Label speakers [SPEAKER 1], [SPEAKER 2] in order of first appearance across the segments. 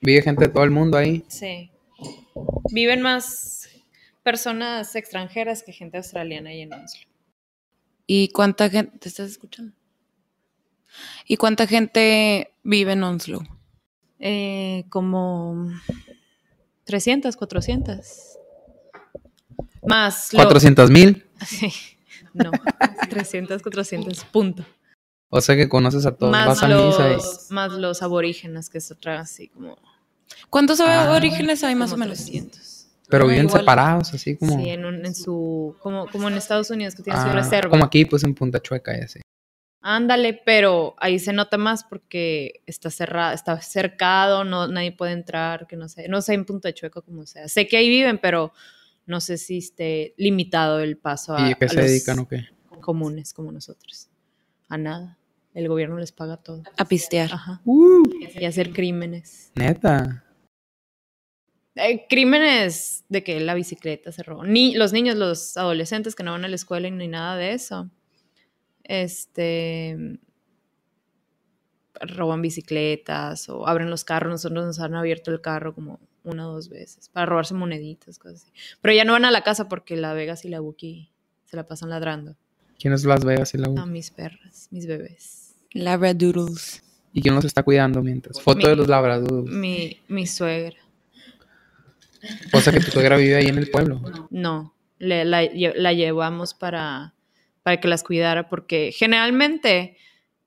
[SPEAKER 1] Vive gente de todo el mundo ahí.
[SPEAKER 2] Sí. Viven más personas extranjeras que gente australiana ahí en Onslow.
[SPEAKER 3] ¿Y cuánta gente te estás escuchando? ¿Y cuánta gente vive en Onslow?
[SPEAKER 2] Eh, como 300, 400. Más. lo-
[SPEAKER 1] 400 mil.
[SPEAKER 2] Sí. No, 300, 400, punto.
[SPEAKER 1] O sea que conoces a todos.
[SPEAKER 2] Más
[SPEAKER 1] Vas a misa y-
[SPEAKER 2] los, más los aborígenes, que es otra así como.
[SPEAKER 3] ¿Cuántos
[SPEAKER 1] Ah.
[SPEAKER 3] orígenes hay más o
[SPEAKER 2] como
[SPEAKER 3] menos?
[SPEAKER 2] 300.
[SPEAKER 1] Pero viven
[SPEAKER 3] Igual.
[SPEAKER 1] separados, así como.
[SPEAKER 2] Sí, en, un- en su. Como, como en Estados Unidos, que tiene
[SPEAKER 1] Ah,
[SPEAKER 2] su reserva.
[SPEAKER 1] Como aquí, pues en Punta Chueca y así.
[SPEAKER 2] Ándale, pero ahí se nota más porque está cerrado, está cercado, no, nadie puede entrar, que no sé, no sé en Punta Chueca como sea. Sé que ahí viven, pero no sé si esté limitado el paso a,
[SPEAKER 1] ¿Y qué
[SPEAKER 2] a
[SPEAKER 1] se
[SPEAKER 2] los
[SPEAKER 1] dedican o qué?
[SPEAKER 2] comunes como nosotros. A nada. El gobierno les paga todo.
[SPEAKER 3] A pistear.
[SPEAKER 2] Ajá.
[SPEAKER 1] Uh.
[SPEAKER 2] Y hacer crímenes.
[SPEAKER 1] Neta.
[SPEAKER 2] Eh, crímenes de que la bicicleta se robó. Ni, los niños, los adolescentes que no van a la escuela y ni nada de eso. Este roban bicicletas o abren los carros. Nosotros nos han abierto el carro como una o dos veces para robarse moneditas, cosas así. Pero ya no van a la casa porque la Vegas y la Buki se la pasan ladrando.
[SPEAKER 1] ¿Quién es Las Vegas y la U?
[SPEAKER 2] A mis perras, mis bebés.
[SPEAKER 3] Labradoodles.
[SPEAKER 1] ¿Y quién los está cuidando mientras? Foto
[SPEAKER 2] Mi-
[SPEAKER 1] de los labradudos.
[SPEAKER 2] Mi, mi suegra.
[SPEAKER 1] O sea que tu suegra vive ahí en el pueblo.
[SPEAKER 2] No, le- la, lle- la llevamos para, para que las cuidara, porque generalmente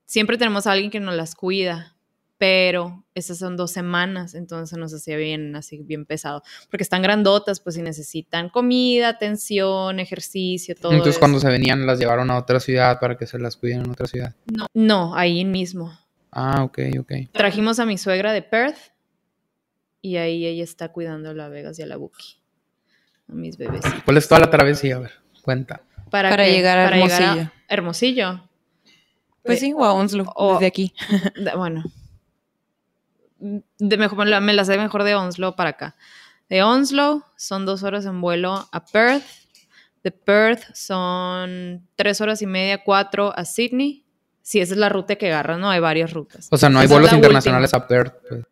[SPEAKER 2] siempre tenemos a alguien que nos las cuida, pero esas son dos semanas, entonces nos hacía bien, así bien pesado, porque están grandotas, pues si necesitan comida, atención, ejercicio, todo.
[SPEAKER 1] Entonces
[SPEAKER 2] eso.
[SPEAKER 1] cuando se venían las llevaron a otra ciudad para que se las cuiden en otra ciudad.
[SPEAKER 2] No, ahí mismo.
[SPEAKER 1] Ah, ok, ok.
[SPEAKER 2] Trajimos a mi suegra de Perth y ahí ella está cuidando a la Vegas y a la Buki, a mis bebés.
[SPEAKER 1] ¿Cuál es toda la travesía? A ver, cuenta.
[SPEAKER 3] Para llegar a Hermosillo.
[SPEAKER 2] Hermosillo.
[SPEAKER 3] Pues sí, o a Onslow,
[SPEAKER 2] O-
[SPEAKER 3] desde aquí.
[SPEAKER 2] De- bueno. De mejor, me la- me la sé mejor de Onslow para acá. De Onslow son dos horas en vuelo a Perth. De Perth son tres horas y media, cuatro a Sydney. Si esa es la ruta que agarran, no hay varias rutas.
[SPEAKER 1] O sea, no hay
[SPEAKER 2] Esa es
[SPEAKER 1] vuelos
[SPEAKER 2] la
[SPEAKER 1] internacionales a Perth. pues.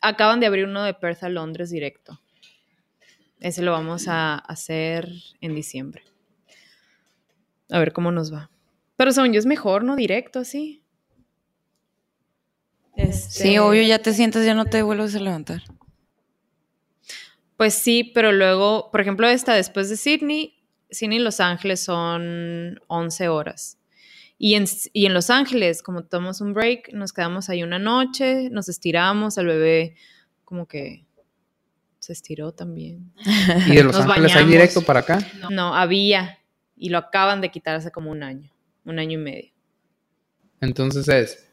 [SPEAKER 2] Acaban de abrir uno de Perth a Londres directo. Ese lo vamos a hacer en diciembre. A ver cómo nos va. Pero según yo es mejor, ¿no? Directo así.
[SPEAKER 3] Sí,
[SPEAKER 2] Este-
[SPEAKER 3] obvio, ya te sientas, ya no te vuelves a levantar.
[SPEAKER 2] Pues sí, pero luego, por ejemplo, esta después de Sydney, Sydney y Los Ángeles son 11 horas. Y en, y en Los Ángeles, como tomamos un break, nos quedamos ahí una noche, nos estiramos, el bebé como que se estiró también.
[SPEAKER 1] Y de Los
[SPEAKER 2] Nos
[SPEAKER 1] Ángeles hay
[SPEAKER 2] bañamos.
[SPEAKER 1] directo para acá.
[SPEAKER 2] No, había, y lo acaban de quitar hace como un año, un año y medio.
[SPEAKER 1] Entonces es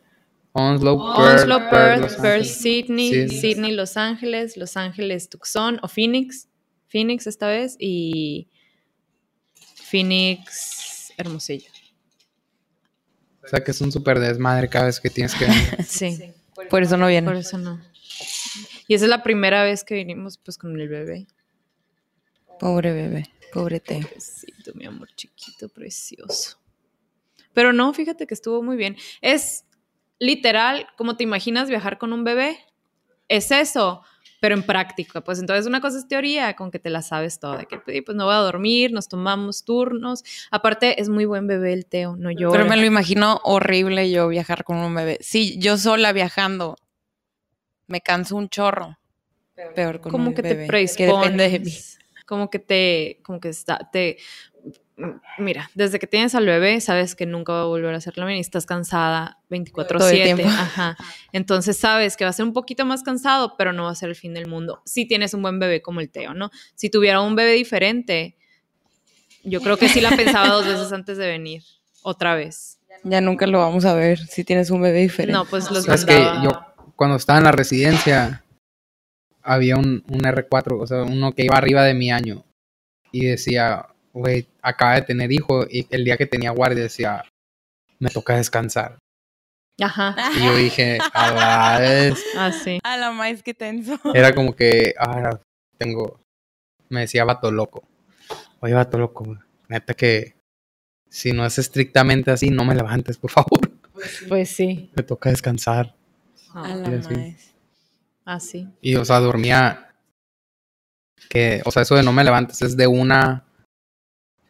[SPEAKER 1] Onslow, Perth,
[SPEAKER 2] Onslow,
[SPEAKER 1] Perth, Los
[SPEAKER 2] Perth, Perth,
[SPEAKER 1] Ángeles.
[SPEAKER 2] Sydney,
[SPEAKER 1] Sí.
[SPEAKER 2] Sydney, Los Ángeles, Los Ángeles, Tucson o Phoenix, Phoenix esta vez y Phoenix, Hermosillo.
[SPEAKER 1] O sea que es un súper desmadre cada vez que tienes que venir.
[SPEAKER 2] Sí,
[SPEAKER 3] Por eso no
[SPEAKER 2] por
[SPEAKER 3] viene.
[SPEAKER 2] eso no. Y esa es la primera vez que vinimos pues con el bebé.
[SPEAKER 3] Pobre bebé, pobre Teo.
[SPEAKER 2] Pobrecito, mi amor chiquito, precioso. Pero no, fíjate que estuvo muy bien. Es literal, como te imaginas viajar con un bebé, es eso, pero en práctica. Pues entonces una cosa es teoría, con que te la sabes toda, que "Y, pues no voy a dormir, nos tomamos turnos. Aparte, es muy buen bebé el Teo, no yo.
[SPEAKER 3] Pero me lo imagino horrible yo viajar con un bebé. Sí, yo sola viajando me canso un chorro. Peor con
[SPEAKER 2] como
[SPEAKER 3] un
[SPEAKER 2] que
[SPEAKER 3] bebé.
[SPEAKER 2] te
[SPEAKER 3] Que depende de mí.
[SPEAKER 2] predispones. Como que te, como que está, te, mira, desde que tienes al bebé sabes que nunca va a volver a hacerlo bien y estás cansada 24/7.
[SPEAKER 3] tiempo.
[SPEAKER 2] Ajá. Entonces sabes que va a ser un poquito más cansado, pero no va a ser el fin del mundo. Si tienes un buen bebé como el Teo, ¿no? Si tuviera un bebé diferente, yo creo que sí la pensaba dos veces antes de venir, otra vez.
[SPEAKER 3] Ya nunca lo vamos a ver si tienes un bebé diferente.
[SPEAKER 2] No, pues los
[SPEAKER 1] Sabes que
[SPEAKER 2] mandaba-
[SPEAKER 1] yo cuando estaba en la residencia había un, un R4, o sea, uno que iba arriba de mi año y decía, güey, acaba de tener hijo y el día que tenía guardia decía, me toca descansar.
[SPEAKER 2] Ajá, Ah,
[SPEAKER 1] Y yo dije, a
[SPEAKER 2] así.
[SPEAKER 3] A la más que tenso.
[SPEAKER 1] Era como que, ah, tengo. Me decía vato loco. Oye, vato loco, güey, neta que si no es estrictamente así, no me levantes, por favor.
[SPEAKER 2] Pues sí.
[SPEAKER 1] Me toca descansar.
[SPEAKER 3] A
[SPEAKER 2] Ah,
[SPEAKER 3] la
[SPEAKER 1] Mira, sí.
[SPEAKER 3] maes.
[SPEAKER 2] así.
[SPEAKER 1] Y, o sea, dormía. Que, o sea, eso de no me levantes es de una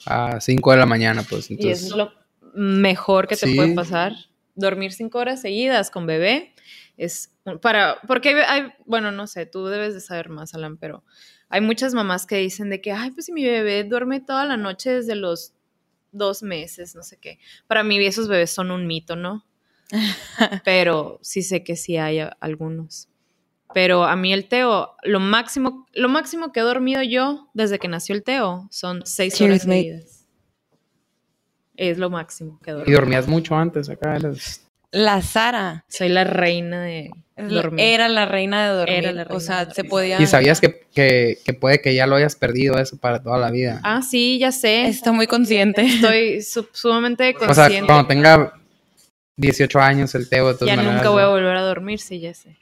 [SPEAKER 1] a 5 de la mañana, pues.
[SPEAKER 2] Y eso
[SPEAKER 1] Entonces,
[SPEAKER 2] es lo mejor que te
[SPEAKER 1] Sí.
[SPEAKER 2] puede pasar. Dormir cinco horas seguidas con bebé es un- para, porque hay- hay, bueno, no sé, tú debes de saber más, Alan, pero hay muchas mamás que dicen de que, ay, pues si mi bebé duerme toda la noche desde los dos meses, no sé qué. Para mí esos bebés son un mito, ¿no? pero sí sé que sí hay a- algunos. Pero a mí el Teo, lo máximo, lo máximo que he dormido yo desde que nació el Teo son seis
[SPEAKER 3] Cheers,
[SPEAKER 2] horas
[SPEAKER 3] mate.
[SPEAKER 2] seguidas. Es lo máximo que
[SPEAKER 1] y
[SPEAKER 2] dormí.
[SPEAKER 1] dormías mucho antes acá. eras-
[SPEAKER 3] La Sara
[SPEAKER 2] Soy la reina de dormir.
[SPEAKER 3] era la reina de dormir.
[SPEAKER 2] Era la reina
[SPEAKER 3] o sea,
[SPEAKER 2] de dormir.
[SPEAKER 3] se podía.
[SPEAKER 1] Y sabías que, que, que puede que ya lo hayas perdido eso para toda la vida.
[SPEAKER 2] Ah, sí, ya sé.
[SPEAKER 3] Está muy consciente.
[SPEAKER 2] Estoy su- sumamente
[SPEAKER 1] o sea,
[SPEAKER 2] consciente.
[SPEAKER 1] cuando tenga 18 años el Teo, de todas
[SPEAKER 2] ya
[SPEAKER 1] maneras,
[SPEAKER 2] nunca voy a volver a dormir, sí, ya sé.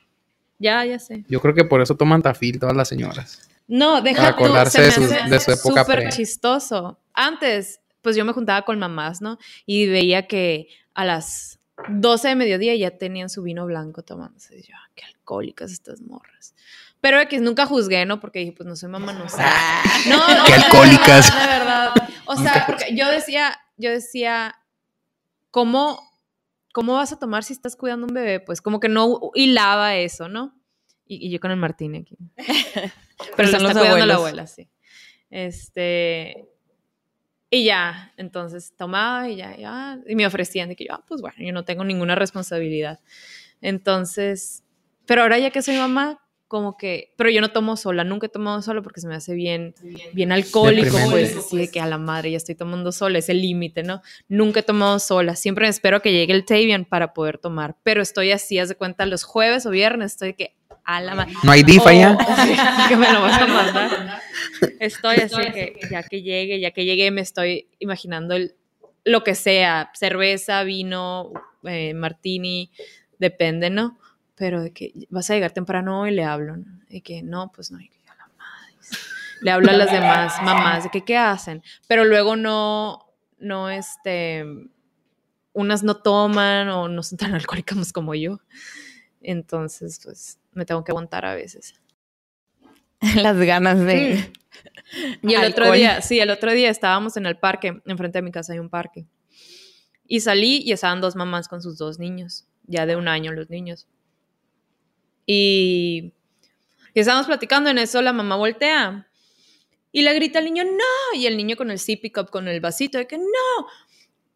[SPEAKER 2] Ya, ya sé.
[SPEAKER 1] Yo creo que por eso toman tafil todas las señoras.
[SPEAKER 2] No,
[SPEAKER 1] Para
[SPEAKER 2] deja tú,
[SPEAKER 1] acordarse
[SPEAKER 2] se me
[SPEAKER 1] de su-
[SPEAKER 2] hace
[SPEAKER 1] de su época
[SPEAKER 2] súper
[SPEAKER 1] pre.
[SPEAKER 2] chistoso. Antes, pues yo me juntaba con mamás, ¿no? Y veía que a las 12 de mediodía ya tenían su vino blanco tomándose. Y yo, "Ah, qué alcohólicas estas morras. Pero X nunca juzgué, ¿no? Porque dije, pues no soy mamá, no sé.
[SPEAKER 1] Ah,
[SPEAKER 3] Ah.
[SPEAKER 2] No, no,
[SPEAKER 1] Qué
[SPEAKER 2] de
[SPEAKER 1] alcohólicas.
[SPEAKER 2] verdad, De verdad. O sea, porque yo decía, yo decía, ¿cómo, ¿cómo vas a tomar si estás cuidando un bebé? Pues como que no hilaba eso, ¿no? Y, y yo con el Martín aquí. Pero lo
[SPEAKER 3] son
[SPEAKER 2] está
[SPEAKER 3] los
[SPEAKER 2] cuidando la
[SPEAKER 3] abuelos.
[SPEAKER 2] abuela, sí. Este. Y ya, entonces tomaba y ya, ya. Y me ofrecían de que yo, ah, pues bueno, yo no tengo ninguna responsabilidad. Entonces, pero ahora ya que soy mamá, como que, pero yo no tomo sola, nunca he tomado sola porque se me hace bien, bien alcohólico,
[SPEAKER 1] Deprimente.
[SPEAKER 2] pues, así de que a la madre ya estoy tomando sola, es el límite, ¿no? Nunca he tomado sola, siempre me espero que llegue el Tavian para poder tomar, pero estoy así, haz de cuenta, los jueves o viernes estoy de que a la madre.
[SPEAKER 1] No hay DIF
[SPEAKER 2] O-
[SPEAKER 1] allá.
[SPEAKER 2] Oh. que me lo vas a mandar. Estoy así que ya que llegue, ya que llegue, me estoy imaginando el- lo que sea, cerveza, vino, eh, martini, depende, ¿no? Pero de que vas a llegar temprano hoy, le hablo, ¿no? Y que no, pues no, y que a la madre. Le hablo a las demás mamás de que qué hacen, pero luego no, no, este, unas no toman o no son tan alcohólicas como yo. Entonces, pues me tengo que aguantar a veces.
[SPEAKER 3] Las ganas de.
[SPEAKER 2] Y el otro
[SPEAKER 3] Alcohol.
[SPEAKER 2] día, sí, el otro día estábamos en el parque, enfrente de mi casa hay un parque. Y salí y estaban dos mamás con sus dos niños, ya de un año los niños. Y, y estábamos platicando en eso, la mamá voltea y le grita al niño, no, y el niño con el sippy cup, con el vasito, de que no.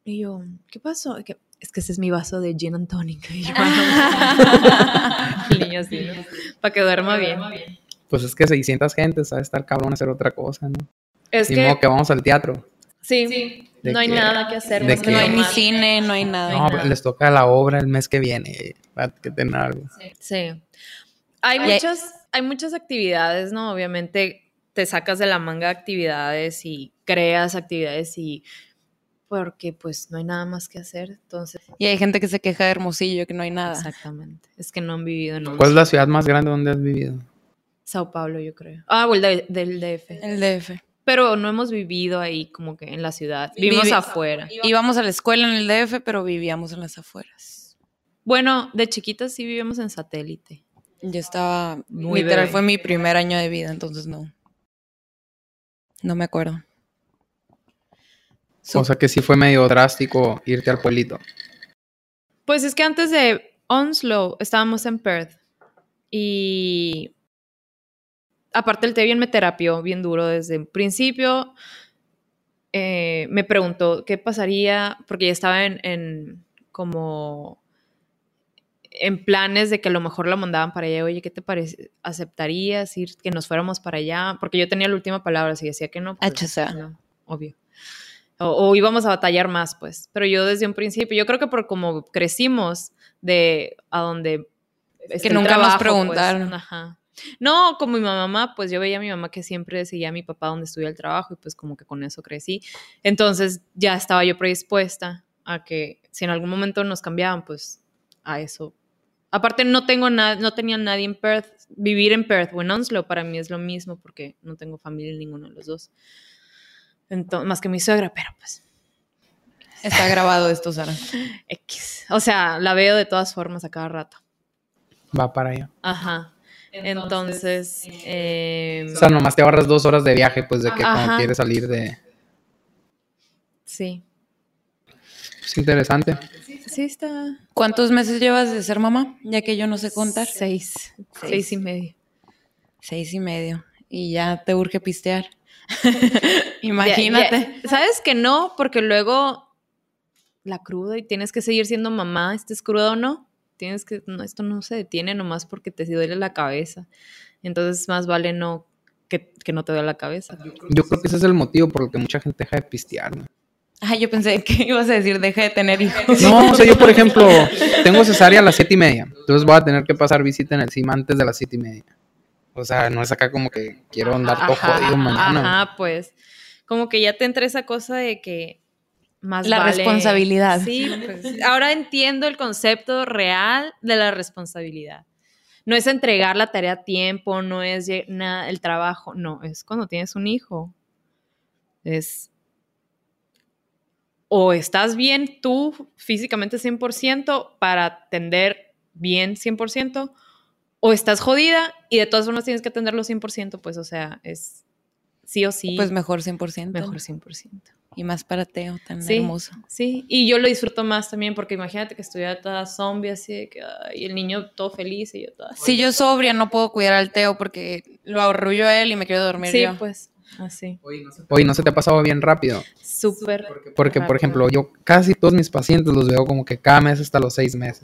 [SPEAKER 2] Y yo, ¿qué pasó? De que, es que ese es mi vaso de gin and tonic. Y yo, "Ah". el niño así, ¿no? Para que duerma bien.
[SPEAKER 1] Pues es que 600 gentes sabe estar cabrón hacer otra cosa, ¿no?
[SPEAKER 2] Es
[SPEAKER 1] Ni
[SPEAKER 2] que,
[SPEAKER 1] modo que vamos al teatro.
[SPEAKER 2] sí,
[SPEAKER 1] de
[SPEAKER 2] no hay
[SPEAKER 1] que-
[SPEAKER 2] nada que hacer.
[SPEAKER 1] de
[SPEAKER 2] más que
[SPEAKER 1] que-
[SPEAKER 3] No hay ni
[SPEAKER 2] tomar.
[SPEAKER 3] cine, no hay nada.
[SPEAKER 1] No,
[SPEAKER 2] nada.
[SPEAKER 1] les toca la obra el mes que viene. Para que tener algo.
[SPEAKER 2] Sí. Hay
[SPEAKER 3] Ay,
[SPEAKER 2] muchas, hay muchas actividades, ¿no? Obviamente te sacas de la manga actividades y creas actividades y porque pues no hay nada más que hacer. Entonces,
[SPEAKER 3] Y hay gente que se queja de Hermosillo, que no hay nada.
[SPEAKER 2] exactamente. Es que no han vivido en
[SPEAKER 1] ¿Cuál es la ciudad más grande donde has vivido?
[SPEAKER 2] Sao Paulo, yo creo. Ah, o el de- del DF.
[SPEAKER 3] El DF.
[SPEAKER 2] Pero no hemos vivido ahí como que en la ciudad. Vivimos
[SPEAKER 3] Vivi-
[SPEAKER 2] afuera.
[SPEAKER 3] Íbamos a la escuela en el DF, pero vivíamos en las afueras.
[SPEAKER 2] Bueno, de chiquitas sí vivimos en satélite.
[SPEAKER 3] Yo estaba,
[SPEAKER 2] Muy
[SPEAKER 3] literal,
[SPEAKER 2] bebé.
[SPEAKER 3] fue mi primer año de vida, entonces no. No me acuerdo. Su-
[SPEAKER 1] O sea que sí fue medio drástico irte al pueblito.
[SPEAKER 2] Pues es que antes de Onslow estábamos en Perth y aparte el té bien me terapió bien duro desde el principio. Eh, me preguntó qué pasaría, porque ya estaba en, en como en planes de que a lo mejor lo mandaban para allá, oye, ¿qué te parece? ¿Aceptarías ir que nos fuéramos para allá? Porque yo tenía la última palabra, si decía que no, pues,
[SPEAKER 3] HSA.
[SPEAKER 2] no, obvio. O, o íbamos a batallar más, pues. Pero yo desde un principio, yo creo que por como crecimos de a donde... está el
[SPEAKER 3] nunca
[SPEAKER 2] trabajo,
[SPEAKER 3] nos
[SPEAKER 2] pues,
[SPEAKER 3] preguntaron.
[SPEAKER 2] ajá. No, como mi mamá, pues yo veía a mi mamá que siempre seguía a mi papá donde estudia el trabajo y pues como que con eso crecí. Entonces ya estaba yo predispuesta a que si en algún momento nos cambiaban, pues a eso. Aparte no tengo nada, no tenía nadie en Perth. Vivir en Perth o en Onslow para mí es lo mismo porque no tengo familia en ninguno de los dos. Ento- más que mi suegra, pero pues
[SPEAKER 3] Está grabado esto, Sara.
[SPEAKER 2] X. O sea, la veo de todas formas a cada rato.
[SPEAKER 1] va para allá.
[SPEAKER 2] Ajá. Entonces, eh,
[SPEAKER 1] O sea, nomás te ahorras dos horas de viaje, pues de que
[SPEAKER 2] Ajá.
[SPEAKER 1] cuando quieres salir de...
[SPEAKER 2] sí.
[SPEAKER 1] Es pues, interesante.
[SPEAKER 2] Sí está.
[SPEAKER 3] ¿Cuántos meses llevas de ser mamá? Ya que yo no sé contar.
[SPEAKER 2] Seis. Seis y medio.
[SPEAKER 3] Seis y medio. Y ya te urge pistear.
[SPEAKER 2] Ya- ya-
[SPEAKER 3] Imagínate.
[SPEAKER 2] ¿Sabes que no? Porque luego la cruda y tienes que seguir siendo mamá, estés cruda o no. Tienes que, no, esto no se detiene nomás porque te duele la cabeza. Entonces más vale no que, que no te duele la cabeza.
[SPEAKER 1] Yo creo que ese es el motivo por el que mucha gente deja de pistear. ¿no?
[SPEAKER 3] Ay, yo pensé que ibas a decir, deja de tener hijos.
[SPEAKER 1] No, o sea, yo por ejemplo, tengo cesárea a las siete y media. Entonces voy a tener que pasar visita en el CIM antes de las siete y media. O sea, no es acá como que quiero andar todo jodido mañana.
[SPEAKER 2] ajá, pues. Como que ya te entra esa cosa de que más
[SPEAKER 3] La
[SPEAKER 2] vale-
[SPEAKER 3] responsabilidad.
[SPEAKER 2] Sí, pues, ahora entiendo el concepto real de la responsabilidad. No es entregar la tarea a tiempo, no es lle- na- el trabajo, no, es cuando tienes un hijo. Es o estás bien tú físicamente 100% para atender bien 100%, o estás jodida y de todas formas tienes que atenderlo 100%, pues o sea, es sí o sí,
[SPEAKER 3] Pues mejor 100%.
[SPEAKER 2] mejor 100%.
[SPEAKER 3] Y más para Teo, tan
[SPEAKER 2] Sí.
[SPEAKER 3] hermoso.
[SPEAKER 2] Sí, y yo lo disfruto más también porque imagínate que estuviera toda zombie así de que ay, y el niño todo feliz y yo toda así.
[SPEAKER 3] Si yo sobria no puedo cuidar al Teo porque lo arrullo a él y me quiero dormir
[SPEAKER 2] Sí,
[SPEAKER 3] yo.
[SPEAKER 2] pues así.
[SPEAKER 1] Oye, ¿no se te ha pasado bien rápido?
[SPEAKER 2] Súper.
[SPEAKER 1] Porque, por ejemplo, yo casi todos mis pacientes los veo como que cada mes hasta los seis meses.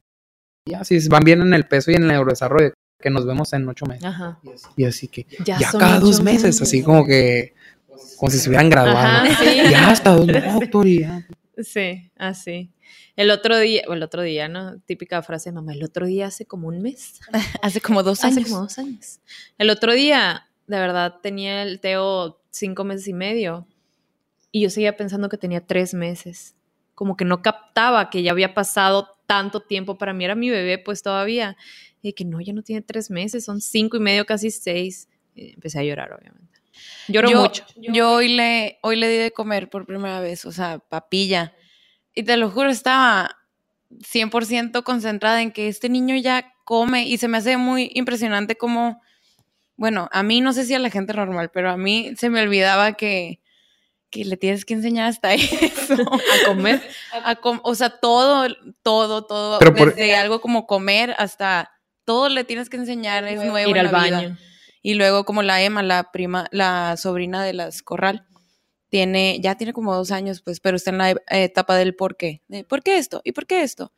[SPEAKER 1] Y así van bien en el peso y en el neurodesarrollo, que nos vemos en ocho meses.
[SPEAKER 2] Ajá.
[SPEAKER 1] Y así que
[SPEAKER 2] Ya,
[SPEAKER 1] ya
[SPEAKER 2] son
[SPEAKER 1] cada dos
[SPEAKER 2] ocho
[SPEAKER 1] meses, así como que como si se hubieran graduado.
[SPEAKER 2] Ajá, sí.
[SPEAKER 1] Ya hasta dos no, Tori, ya.
[SPEAKER 2] Sí, así. El otro día, o el otro día, ¿no? Típica frase de mamá, el otro día hace como un mes.
[SPEAKER 3] Hace como dos
[SPEAKER 2] Hace
[SPEAKER 3] años.
[SPEAKER 2] como dos años. El otro día, de verdad, tenía el Teo cinco meses y medio. Y yo seguía pensando que tenía tres meses. Como que no captaba que ya había pasado tanto tiempo. Para mí era mi bebé, pues todavía. Y que no, ya no tiene tres meses, son cinco y medio, casi seis. Y empecé a llorar, obviamente. Lloro
[SPEAKER 3] yo,
[SPEAKER 2] mucho.
[SPEAKER 3] Yo hoy le, hoy le di de comer por primera vez, o sea, papilla. Y te lo juro, estaba 100% concentrada en que este niño ya come y se me hace muy impresionante como, bueno, a mí no sé si a la gente normal, pero a mí se me olvidaba que, que le tienes que enseñar hasta eso.
[SPEAKER 2] A comer.
[SPEAKER 3] a com- o sea, todo, todo, todo,
[SPEAKER 1] Pero por-
[SPEAKER 3] desde algo como comer hasta todo le tienes que enseñar, es nuevo.
[SPEAKER 2] ir
[SPEAKER 3] en
[SPEAKER 2] al
[SPEAKER 3] la vida.
[SPEAKER 2] baño.
[SPEAKER 3] Y luego como la Emma, la prima, la sobrina de las Corral, tiene, ya tiene como dos años, pues, pero está en la e- etapa del por qué. De, ¿Por qué esto? ¿Y por qué esto?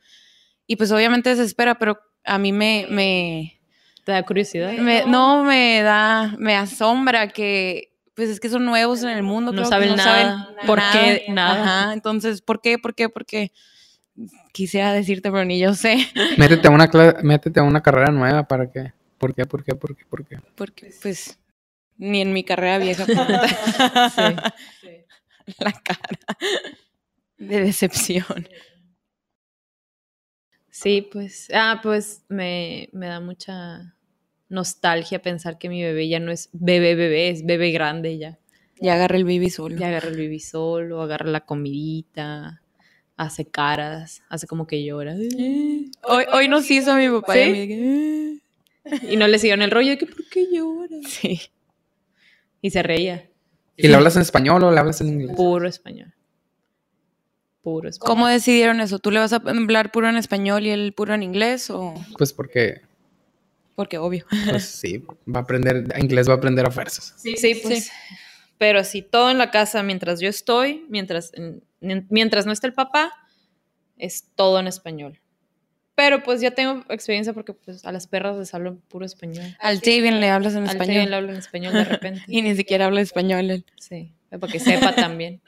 [SPEAKER 3] Y pues obviamente desespera, pero a mí me, me,
[SPEAKER 2] Te da curiosidad.
[SPEAKER 3] me- no me da, me asombra que, pues es que son nuevos en el mundo.
[SPEAKER 2] No
[SPEAKER 3] creo que
[SPEAKER 2] saben nada. ¿Por qué? Nada.
[SPEAKER 3] Ajá, entonces, ¿por qué? ¿Por qué? ¿Por qué? Quisiera decirte, pero ni yo sé.
[SPEAKER 1] Métete a una cla- métete a una carrera nueva para que. ¿Por qué? ¿Por qué? ¿Por qué? ¿Por qué?
[SPEAKER 3] Porque, pues, ni en mi carrera vieja. la cara de decepción.
[SPEAKER 2] Sí, pues, ah, pues me, me da mucha nostalgia pensar que mi bebé ya no es bebé bebé, es bebé grande ya.
[SPEAKER 3] Ya agarré el baby solo.
[SPEAKER 2] Ya agarra el baby solo, agarra la comidita, hace caras, hace como que llora. Y
[SPEAKER 3] Hoy, hoy nos hizo mi papá. y a
[SPEAKER 2] ¿Sí?
[SPEAKER 3] mí de que,
[SPEAKER 2] no le siguieron el rollo de que ¿por qué llora?
[SPEAKER 3] "Ah". Sí.
[SPEAKER 2] Y se reía.
[SPEAKER 1] ¿Y le hablas en español o le hablas en inglés?
[SPEAKER 2] Puro español. Puro español.
[SPEAKER 3] ¿Cómo decidieron eso? ¿Tú le vas a hablar puro en español y él puro en inglés? o
[SPEAKER 1] Pues porque,
[SPEAKER 3] Porque obvio.
[SPEAKER 1] pues sí, va a aprender, inglés va a aprender a fuerzas.
[SPEAKER 2] Sí, pues. Pero si todo en la casa, mientras yo estoy, mientras, mm, mientras no está el papá, es todo en español. Pero pues ya tengo experiencia porque pues a las perras les hablo en puro español.
[SPEAKER 3] Al Taven le hablas en
[SPEAKER 2] Al
[SPEAKER 3] español.
[SPEAKER 2] Taylor le hablo Ah, en español de repente.
[SPEAKER 3] Y ni siquiera habla español él.
[SPEAKER 2] Sí, para que sepa también.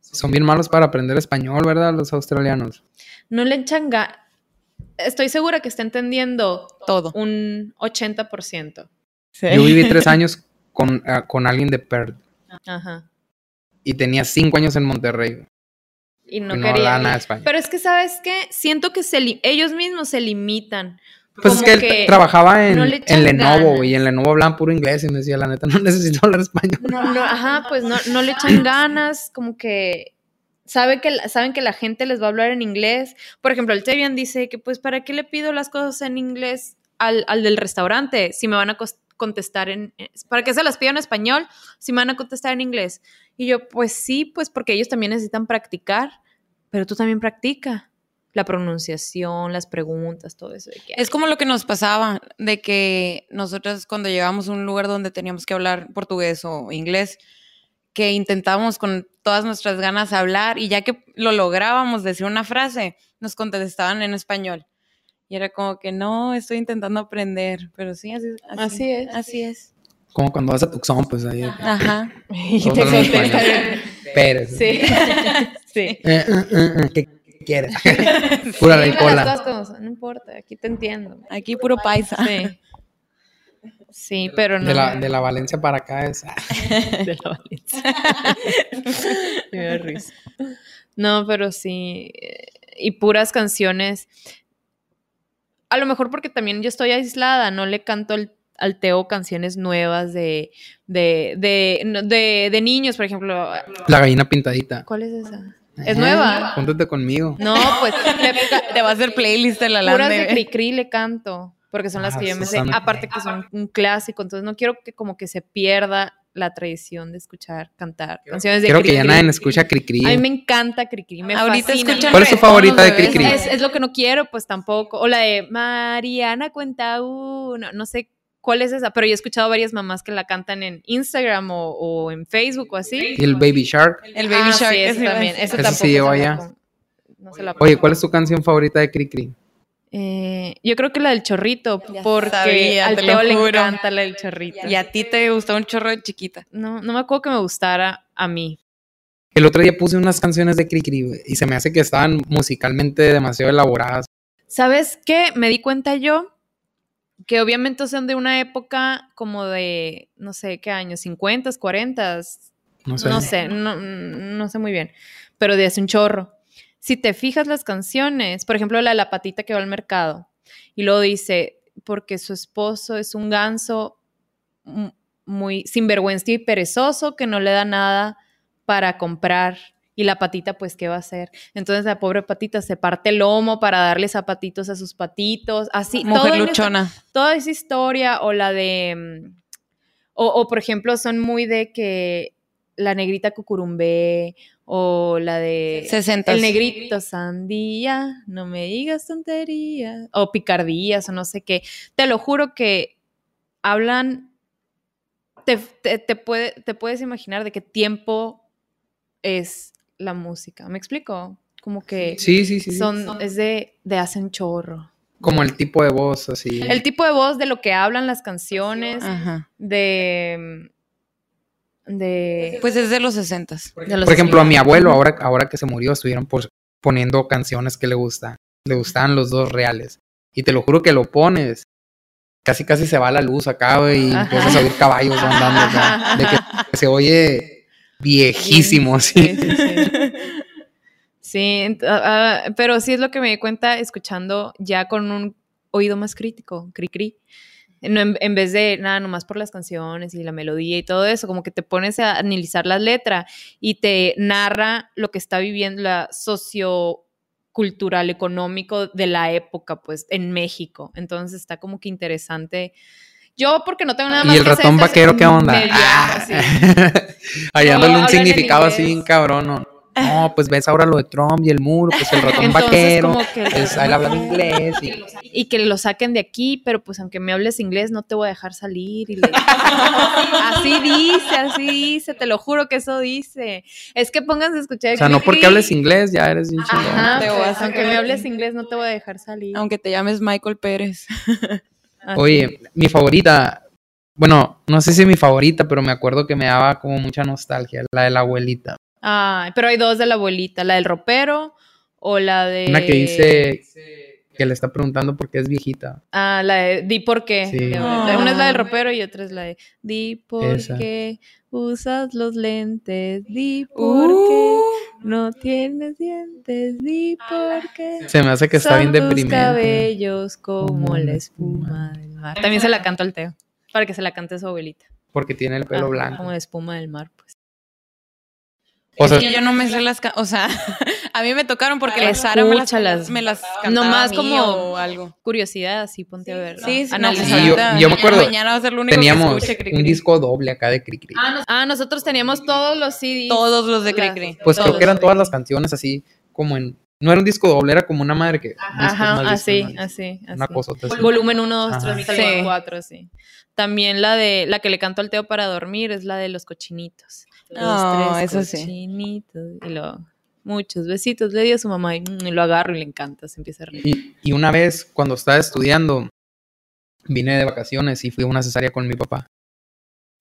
[SPEAKER 1] Son bien malos para aprender español, ¿verdad? Los australianos.
[SPEAKER 2] No le enchanga. Estoy segura que está entendiendo
[SPEAKER 3] Todo.
[SPEAKER 2] un 80%.
[SPEAKER 1] Yo viví tres años con, ah, con alguien de Perth
[SPEAKER 2] Ajá.
[SPEAKER 1] y tenía cinco años en Monterrey.
[SPEAKER 2] Y
[SPEAKER 1] No,
[SPEAKER 2] no,
[SPEAKER 1] no
[SPEAKER 2] quería.
[SPEAKER 1] hablaba nada de español.
[SPEAKER 2] Pero es que, ¿sabes qué? Siento que se li- ellos mismos se limitan.
[SPEAKER 1] Pues es
[SPEAKER 2] como
[SPEAKER 1] que él
[SPEAKER 2] que
[SPEAKER 1] trabajaba en,
[SPEAKER 2] no le echan
[SPEAKER 1] en Lenovo
[SPEAKER 2] ganas.
[SPEAKER 1] y en Lenovo hablaban puro inglés y me decía, la neta, no necesito hablar español.
[SPEAKER 2] No, no, ajá, pues no, no le echan ganas, como que sabe que la- saben que la gente les va a hablar en inglés. Por ejemplo, el Tevian dice que pues para qué le pido las cosas en inglés al, al del restaurante si me van a cos- contestar en... eh, ¿Para qué se las pido en español si me van a contestar en inglés? Y yo, pues sí, pues porque ellos también necesitan practicar, pero tú también practica la pronunciación, las preguntas, todo eso. de que,
[SPEAKER 3] Es como lo que nos pasaba, de que nosotras cuando llegábamos a un lugar donde teníamos que hablar portugués o inglés, que intentábamos con todas nuestras ganas hablar y ya que lo lográbamos decir una frase, nos contestaban en español. Y era como que no, estoy intentando aprender, pero sí, así,
[SPEAKER 2] Así es.
[SPEAKER 3] Así es.
[SPEAKER 1] Como cuando vas a Tucson, pues ahí.
[SPEAKER 3] Ajá.
[SPEAKER 2] Y
[SPEAKER 1] Todos
[SPEAKER 2] te
[SPEAKER 1] hablan español.
[SPEAKER 2] contestan.
[SPEAKER 1] Pérez.
[SPEAKER 2] Sí. sí.
[SPEAKER 1] Eh, eh, eh, eh, ¿Qué qué quieres? Pura
[SPEAKER 2] Dime las
[SPEAKER 1] reicola.
[SPEAKER 2] cosas como son, No importa, aquí te entiendo.
[SPEAKER 3] Aquí puro paisa.
[SPEAKER 2] Sí. Sí, pero no.
[SPEAKER 1] De la, de la Valencia para acá es. ah,
[SPEAKER 2] de la Valencia. Me da risa. No, pero sí. eh, Y puras canciones. A lo mejor porque también yo estoy aislada, no le canto al- al Teo canciones nuevas de, de, de, no, de- de niños, por ejemplo.
[SPEAKER 1] La gallina pintadita.
[SPEAKER 2] ¿Cuál es esa? ¿Es nueva?
[SPEAKER 1] Júntate conmigo.
[SPEAKER 2] No, pues le-
[SPEAKER 3] Te va a hacer playlist de la
[SPEAKER 2] puras de
[SPEAKER 3] Lande.
[SPEAKER 2] Cricri le canto, porque son las
[SPEAKER 1] Ah,
[SPEAKER 2] que yo me sé.
[SPEAKER 1] Susana.
[SPEAKER 2] Aparte que son un clásico, entonces no quiero que como que se pierda la tradición de escuchar cantar canciones de
[SPEAKER 1] Creo que ya
[SPEAKER 2] Cricri.
[SPEAKER 1] nadie escucha Cricri.
[SPEAKER 2] A mí me encanta Cricri, me
[SPEAKER 3] Ahorita
[SPEAKER 2] fascina.
[SPEAKER 3] escuchan
[SPEAKER 1] ¿Cuál es su
[SPEAKER 3] reggaetón
[SPEAKER 1] favorita
[SPEAKER 3] los
[SPEAKER 1] de
[SPEAKER 3] bebés,
[SPEAKER 1] Cricri?
[SPEAKER 2] Es, es lo que no quiero, pues tampoco. O la de Mariana cuenta uno, no sé cuál es esa, pero yo he escuchado varias mamás que la cantan en Instagram o, o en Facebook o así.
[SPEAKER 1] Y el Baby Shark.
[SPEAKER 3] El Baby
[SPEAKER 2] Ah, sí,
[SPEAKER 3] Shark.
[SPEAKER 2] ese
[SPEAKER 3] eso iba a
[SPEAKER 2] también.
[SPEAKER 3] decir.
[SPEAKER 2] Ese
[SPEAKER 1] Ese
[SPEAKER 2] tampoco
[SPEAKER 1] sí llegó
[SPEAKER 2] se la
[SPEAKER 1] allá.
[SPEAKER 2] con- no se la
[SPEAKER 1] Oye, ¿cuál es tu canción favorita de Cricri?
[SPEAKER 2] Eh, yo creo que la del chorrito,
[SPEAKER 3] Ya
[SPEAKER 2] porque
[SPEAKER 3] sabía,
[SPEAKER 2] al
[SPEAKER 3] te lo
[SPEAKER 2] Teo le
[SPEAKER 3] juro.
[SPEAKER 2] encanta la del chorrito.
[SPEAKER 3] Y a ti te gustó un chorro de chiquita.
[SPEAKER 2] No, no me acuerdo que me gustara a mí.
[SPEAKER 1] El otro día puse unas canciones de Cricri güey, y se me hace que estaban musicalmente demasiado elaboradas.
[SPEAKER 2] ¿Sabes qué? Me di cuenta yo que obviamente son de una época como de, no sé, ¿qué años? 50, 40,
[SPEAKER 1] No sé.
[SPEAKER 2] no sé, no, no sé muy bien, pero de hace un chorro. Si te fijas las canciones, por ejemplo, la de la patita que va al mercado, y luego dice, porque su esposo es un ganso mu- muy sinvergüenza y perezoso que no le da nada para comprar. Y la patita, pues, ¿qué va a hacer? Entonces la pobre patita se parte el lomo para darle zapatitos a sus patitos, así. todo
[SPEAKER 3] Mujer
[SPEAKER 2] en esa-
[SPEAKER 3] luchona.
[SPEAKER 2] toda esa historia o la de, mm, o, o, por ejemplo, son muy de que la negrita cucurumbé o la de...
[SPEAKER 3] 60.
[SPEAKER 2] El negrito sandía, no me digas tonterías, o picardías, o no sé qué. Te lo juro que hablan, te, te, te puede- te puedes imaginar de qué tiempo es la música. ¿Me explico? Como que
[SPEAKER 1] Sí, sí, sí. sí.
[SPEAKER 2] son, es de, de hace un chorro.
[SPEAKER 1] Como el tipo de voz, así.
[SPEAKER 2] El tipo de voz de lo que hablan las canciones,
[SPEAKER 1] Ah.
[SPEAKER 3] Ajá.
[SPEAKER 2] de. mm, de.
[SPEAKER 3] Pues es de los 60.
[SPEAKER 2] de los
[SPEAKER 1] Por ejemplo, a mi
[SPEAKER 2] 60.
[SPEAKER 1] abuelo, ahora, ahora que se murió, estuvieron por- poniendo canciones que le gustan. Le gustaban los dos reales. Y te lo juro que lo pones. Casi, casi se va la luz acá güey, y
[SPEAKER 2] Ajá.
[SPEAKER 1] empiezas a oír caballos andando. acá, De que se oye viejísimo,
[SPEAKER 2] Sí,
[SPEAKER 1] así.
[SPEAKER 2] sí, sí. Sí, ent- ah, ah, pero sí es lo que me di cuenta escuchando ya con un oído más crítico, cri cri. No, en, en vez de nada, nomás por las canciones y la melodía y todo eso, como que te pones a analizar las letras y te narra lo que está viviendo la sociocultural, económico de la época, pues, en México. Entonces está como que interesante. Yo, porque no tengo nada más
[SPEAKER 1] Y el
[SPEAKER 2] que hacer,
[SPEAKER 1] ratón
[SPEAKER 2] entonces,
[SPEAKER 1] vaquero, ¿qué onda?
[SPEAKER 2] me viajo,
[SPEAKER 1] Ah.
[SPEAKER 2] sí.
[SPEAKER 1] Hallándole
[SPEAKER 2] No,
[SPEAKER 1] un
[SPEAKER 2] hablan en
[SPEAKER 1] significado así
[SPEAKER 2] inglés.
[SPEAKER 1] bien cabrón. No, No, pues ves ahora lo de Trump y el muro, pues el ratón
[SPEAKER 2] Entonces,
[SPEAKER 1] vaquero.
[SPEAKER 2] como que el
[SPEAKER 1] pues,
[SPEAKER 2] ratón
[SPEAKER 1] él habla
[SPEAKER 2] vaquero.
[SPEAKER 1] inglés. Y,
[SPEAKER 2] y que lo saquen de aquí, pero pues aunque me hables inglés no te voy a dejar salir. y le- así dice, así dice, te lo juro que eso dice. Es que pónganse a escuchar.
[SPEAKER 1] o sea, no porque
[SPEAKER 2] Cricri.
[SPEAKER 1] hables inglés, ya eres bien chingón.
[SPEAKER 2] Ajá,
[SPEAKER 3] Te
[SPEAKER 2] pues,
[SPEAKER 3] voy a sacar.
[SPEAKER 2] aunque me hables inglés no te voy a dejar salir.
[SPEAKER 3] Aunque te llames Michael Pérez.
[SPEAKER 2] Así.
[SPEAKER 1] Oye, mi favorita, bueno, no sé si mi favorita, pero me acuerdo que me daba como mucha nostalgia, la de la abuelita.
[SPEAKER 2] Ay, pero hay dos de la abuelita, la del ropero o la de...
[SPEAKER 1] Una que dice
[SPEAKER 2] Eh.
[SPEAKER 1] que le está preguntando por qué es viejita.
[SPEAKER 2] Ah, la de di por qué.
[SPEAKER 1] Sí.
[SPEAKER 2] De-
[SPEAKER 3] Ah.
[SPEAKER 2] Una es la del ropero y otra es la de di por
[SPEAKER 1] Esa.
[SPEAKER 2] qué usas los lentes, di por qué
[SPEAKER 3] Uh,
[SPEAKER 2] no tienes dientes, di por qué.
[SPEAKER 1] Se me hace que está
[SPEAKER 2] son
[SPEAKER 1] bien
[SPEAKER 2] tus
[SPEAKER 1] deprimente.
[SPEAKER 2] cabellos como
[SPEAKER 1] Como
[SPEAKER 2] la
[SPEAKER 1] la
[SPEAKER 2] espuma del mar. También se la canto al Teo, para que se la cante a su abuelita.
[SPEAKER 1] Porque tiene el pelo
[SPEAKER 2] Ah,
[SPEAKER 1] blanco.
[SPEAKER 2] Como la espuma del mar, pues.
[SPEAKER 1] O sea,
[SPEAKER 3] Y yo no me sé las, ca- o sea, a mí me tocaron porque
[SPEAKER 2] Claro,
[SPEAKER 3] la Sara me las,
[SPEAKER 2] escúchalas.
[SPEAKER 3] me las cantaba
[SPEAKER 2] Nomás
[SPEAKER 3] a mí
[SPEAKER 2] como-
[SPEAKER 3] o algo.
[SPEAKER 2] Curiosidad, sí, ponte a ver.
[SPEAKER 3] Sí, sí,
[SPEAKER 2] analizar.
[SPEAKER 1] pues, yo- yo me acuerdo,
[SPEAKER 3] Mañana va a ser lo único que
[SPEAKER 1] teníamos
[SPEAKER 3] escuche, Cri
[SPEAKER 1] un
[SPEAKER 3] Cri.
[SPEAKER 1] disco doble acá de Cri Cri.
[SPEAKER 2] Ah, nosotros teníamos todos los CDs.
[SPEAKER 3] Todos los de Cri
[SPEAKER 2] Las-
[SPEAKER 3] Cri.
[SPEAKER 1] pues creo
[SPEAKER 2] todos.
[SPEAKER 1] que eran todas las canciones así, como en. No era un disco doble, era como una madre que. discos más,
[SPEAKER 2] Ajá,
[SPEAKER 1] discos
[SPEAKER 2] así,
[SPEAKER 1] más,
[SPEAKER 2] así, así.
[SPEAKER 1] Una cosa.
[SPEAKER 2] Volumen 1, 2,
[SPEAKER 1] Ajá.
[SPEAKER 2] 3,
[SPEAKER 3] Sí.
[SPEAKER 2] 4, sí. También la de la que le canto al Teo para dormir es la de los cochinitos. Los
[SPEAKER 3] No,
[SPEAKER 2] tres
[SPEAKER 3] eso sí.
[SPEAKER 2] cochinitos. Y lo, muchos besitos le dio a su mamá y, mm, y lo agarro y le encanta, se empieza a reír.
[SPEAKER 1] Y, y una vez, cuando estaba estudiando, vine de vacaciones y fui a una cesárea con mi papá.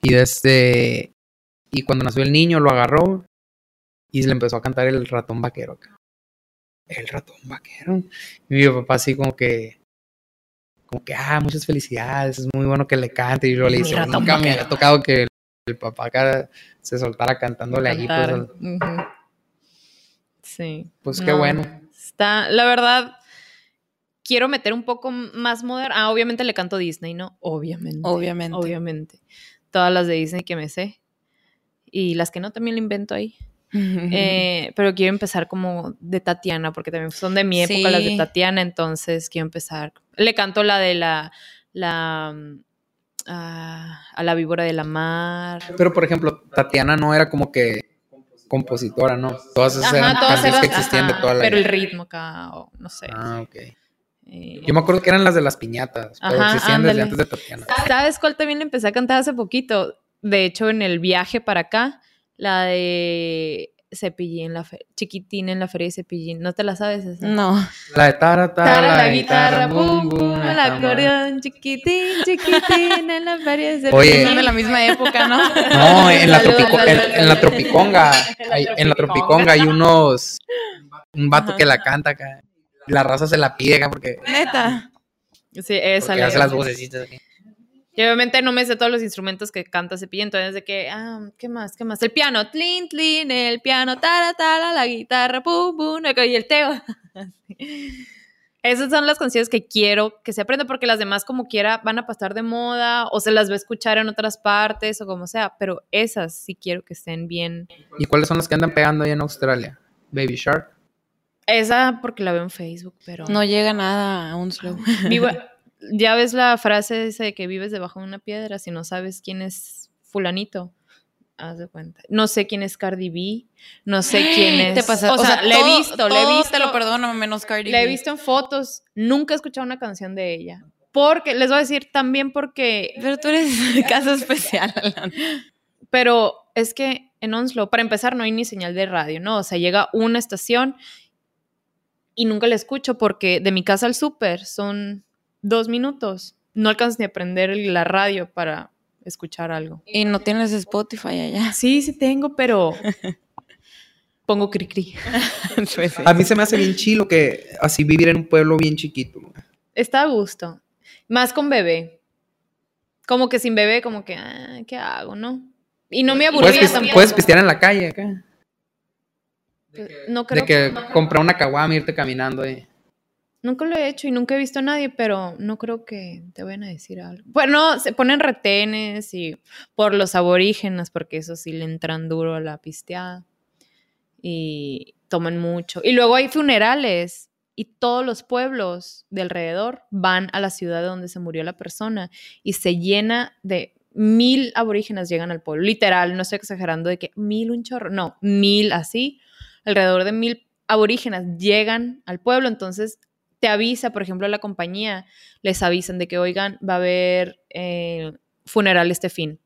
[SPEAKER 1] Y desde. Y cuando nació el niño, lo agarró y le empezó a cantar el ratón vaquero acá. El ratón vaquero. Y mi papá, así como que. Como que, ah, muchas felicidades, es muy bueno que le cante. Y yo le dije,
[SPEAKER 2] ratón
[SPEAKER 1] nunca me había tocado que el, el papá acá se soltara cantándole ahí. Pues,
[SPEAKER 2] Cantar.
[SPEAKER 1] al-
[SPEAKER 2] Ujú. Sí.
[SPEAKER 1] pues, qué
[SPEAKER 2] No,
[SPEAKER 1] bueno.
[SPEAKER 2] Está, la verdad, quiero meter un poco más moderno. Ah, obviamente le canto Disney, ¿no? Obviamente.
[SPEAKER 3] Obviamente.
[SPEAKER 2] Obviamente. Todas las de Disney que me sé. Y las que no también le invento ahí. Eh, pero quiero empezar como de Tatiana, porque también son de mi época las de
[SPEAKER 3] Sí.
[SPEAKER 2] Tatiana, entonces quiero empezar. Le canto la de la. la mm, ah, a la víbora de la mar.
[SPEAKER 1] Pero, por ejemplo, Tatiana no era como que compositora, ¿no? Todas esas
[SPEAKER 2] Ajá,
[SPEAKER 1] eran
[SPEAKER 2] todas
[SPEAKER 1] canciones que
[SPEAKER 2] eran-
[SPEAKER 1] existían de
[SPEAKER 2] ajá,
[SPEAKER 1] toda la
[SPEAKER 2] Pero el ritmo acá, o no sé.
[SPEAKER 1] Ah, ok.
[SPEAKER 2] eh,
[SPEAKER 1] Yo me acuerdo que eran las de las piñatas, pero
[SPEAKER 2] Ajá,
[SPEAKER 1] existían desde
[SPEAKER 2] ándale.
[SPEAKER 1] antes de Tatiana.
[SPEAKER 2] ¿Sabes cuál también le empecé a cantar hace poquito? De hecho, en el viaje para acá, la de Cepillín en la feria, chiquitín en la feria de Cepillín. ¿No te la sabes esa?
[SPEAKER 3] no.
[SPEAKER 1] La de tara, tara,
[SPEAKER 2] Tara, la guitarra, pum, pum,
[SPEAKER 1] la
[SPEAKER 2] el
[SPEAKER 1] cámara.
[SPEAKER 2] acordeón, chiquitín, chiquitín, en la feria de
[SPEAKER 1] Oye.
[SPEAKER 3] Son de la misma época, ¿no?
[SPEAKER 1] Eh, No, en la,
[SPEAKER 2] Saludos,
[SPEAKER 1] tropico-
[SPEAKER 2] saludos,
[SPEAKER 1] en, en la
[SPEAKER 2] saludos.
[SPEAKER 1] tropiconga, hay- en la tropiconga
[SPEAKER 2] Tropiconga.
[SPEAKER 1] hay unos, un vato
[SPEAKER 3] Ajá.
[SPEAKER 1] que la canta acá. y La raza se la pide acá porque,
[SPEAKER 3] Neta.
[SPEAKER 2] Sí, esa.
[SPEAKER 1] porque
[SPEAKER 2] la-
[SPEAKER 1] hace las vocecitas. aquí.
[SPEAKER 2] Y obviamente no me sé todos los instrumentos que canta Cepillín, entonces de que, ah, ¿qué más? ¿Qué más? El piano, tlin, tlin, el piano, tara, tara, la guitarra, pum, pum, acá, y el teo. Así. Esas son las canciones que quiero que se aprenda, porque las demás, como quiera, van a pasar de moda, o se las va a escuchar en otras partes, o como sea, pero esas sí quiero que estén bien.
[SPEAKER 1] ¿Y cuáles son las que andan pegando ahí en Australia? Baby Shark.
[SPEAKER 2] Esa porque la veo en Facebook, pero...
[SPEAKER 3] No llega nada a un slow.
[SPEAKER 2] Vivo- ya ves la frase esa de que vives debajo de una piedra si no sabes quién es fulanito. Haz de cuenta. No sé quién es Cardi B, no sé quién es.
[SPEAKER 3] Te pasa-
[SPEAKER 2] o, sea, le he
[SPEAKER 3] todo-
[SPEAKER 2] visto, le
[SPEAKER 3] todo
[SPEAKER 2] he visto,
[SPEAKER 3] Te lo perdono, menos Cardi.
[SPEAKER 2] le he
[SPEAKER 3] B.
[SPEAKER 2] visto en fotos, nunca he escuchado una canción de ella. Porque les voy a decir también porque
[SPEAKER 3] Pero tú eres caso especial, Alan.
[SPEAKER 2] pero es que en Onslow, para empezar, no hay ni señal de radio, ¿no? O sea, llega una estación y nunca la escucho porque de mi casa al súper son dos minutos. No alcanzas ni a prender el- la radio para escuchar algo.
[SPEAKER 3] Y no tienes Spotify allá.
[SPEAKER 2] Ah, Sí, sí tengo, pero pongo cri cri.
[SPEAKER 3] Pues sí.
[SPEAKER 1] A mí se me hace bien chilo que así vivir en un pueblo bien chiquito.
[SPEAKER 2] Está a gusto. Más con bebé. Como que sin bebé, como que, ah, ¿qué hago, no? Y no me aburría
[SPEAKER 1] Puedes, pis-
[SPEAKER 2] tampoco.
[SPEAKER 1] puedes pistear en la calle acá.
[SPEAKER 2] No creo
[SPEAKER 1] De que comprar una caguama y irte caminando. eh.
[SPEAKER 2] Nunca lo he hecho y nunca he visto a nadie, pero no creo que te vayan a decir algo. Bueno, se ponen retenes y por los aborígenes, porque eso sí le entran duro a la pisteada y toman mucho. Y luego hay funerales y todos los pueblos de alrededor van a la ciudad donde se murió la persona y se llena de mil aborígenes llegan al pueblo. Literal, no estoy exagerando de que mil un chorro, no, mil así. Alrededor de mil aborígenes llegan al pueblo, entonces te avisa, por ejemplo, a la compañía, les avisan de que, oigan, va a haber eh, funeral este fin.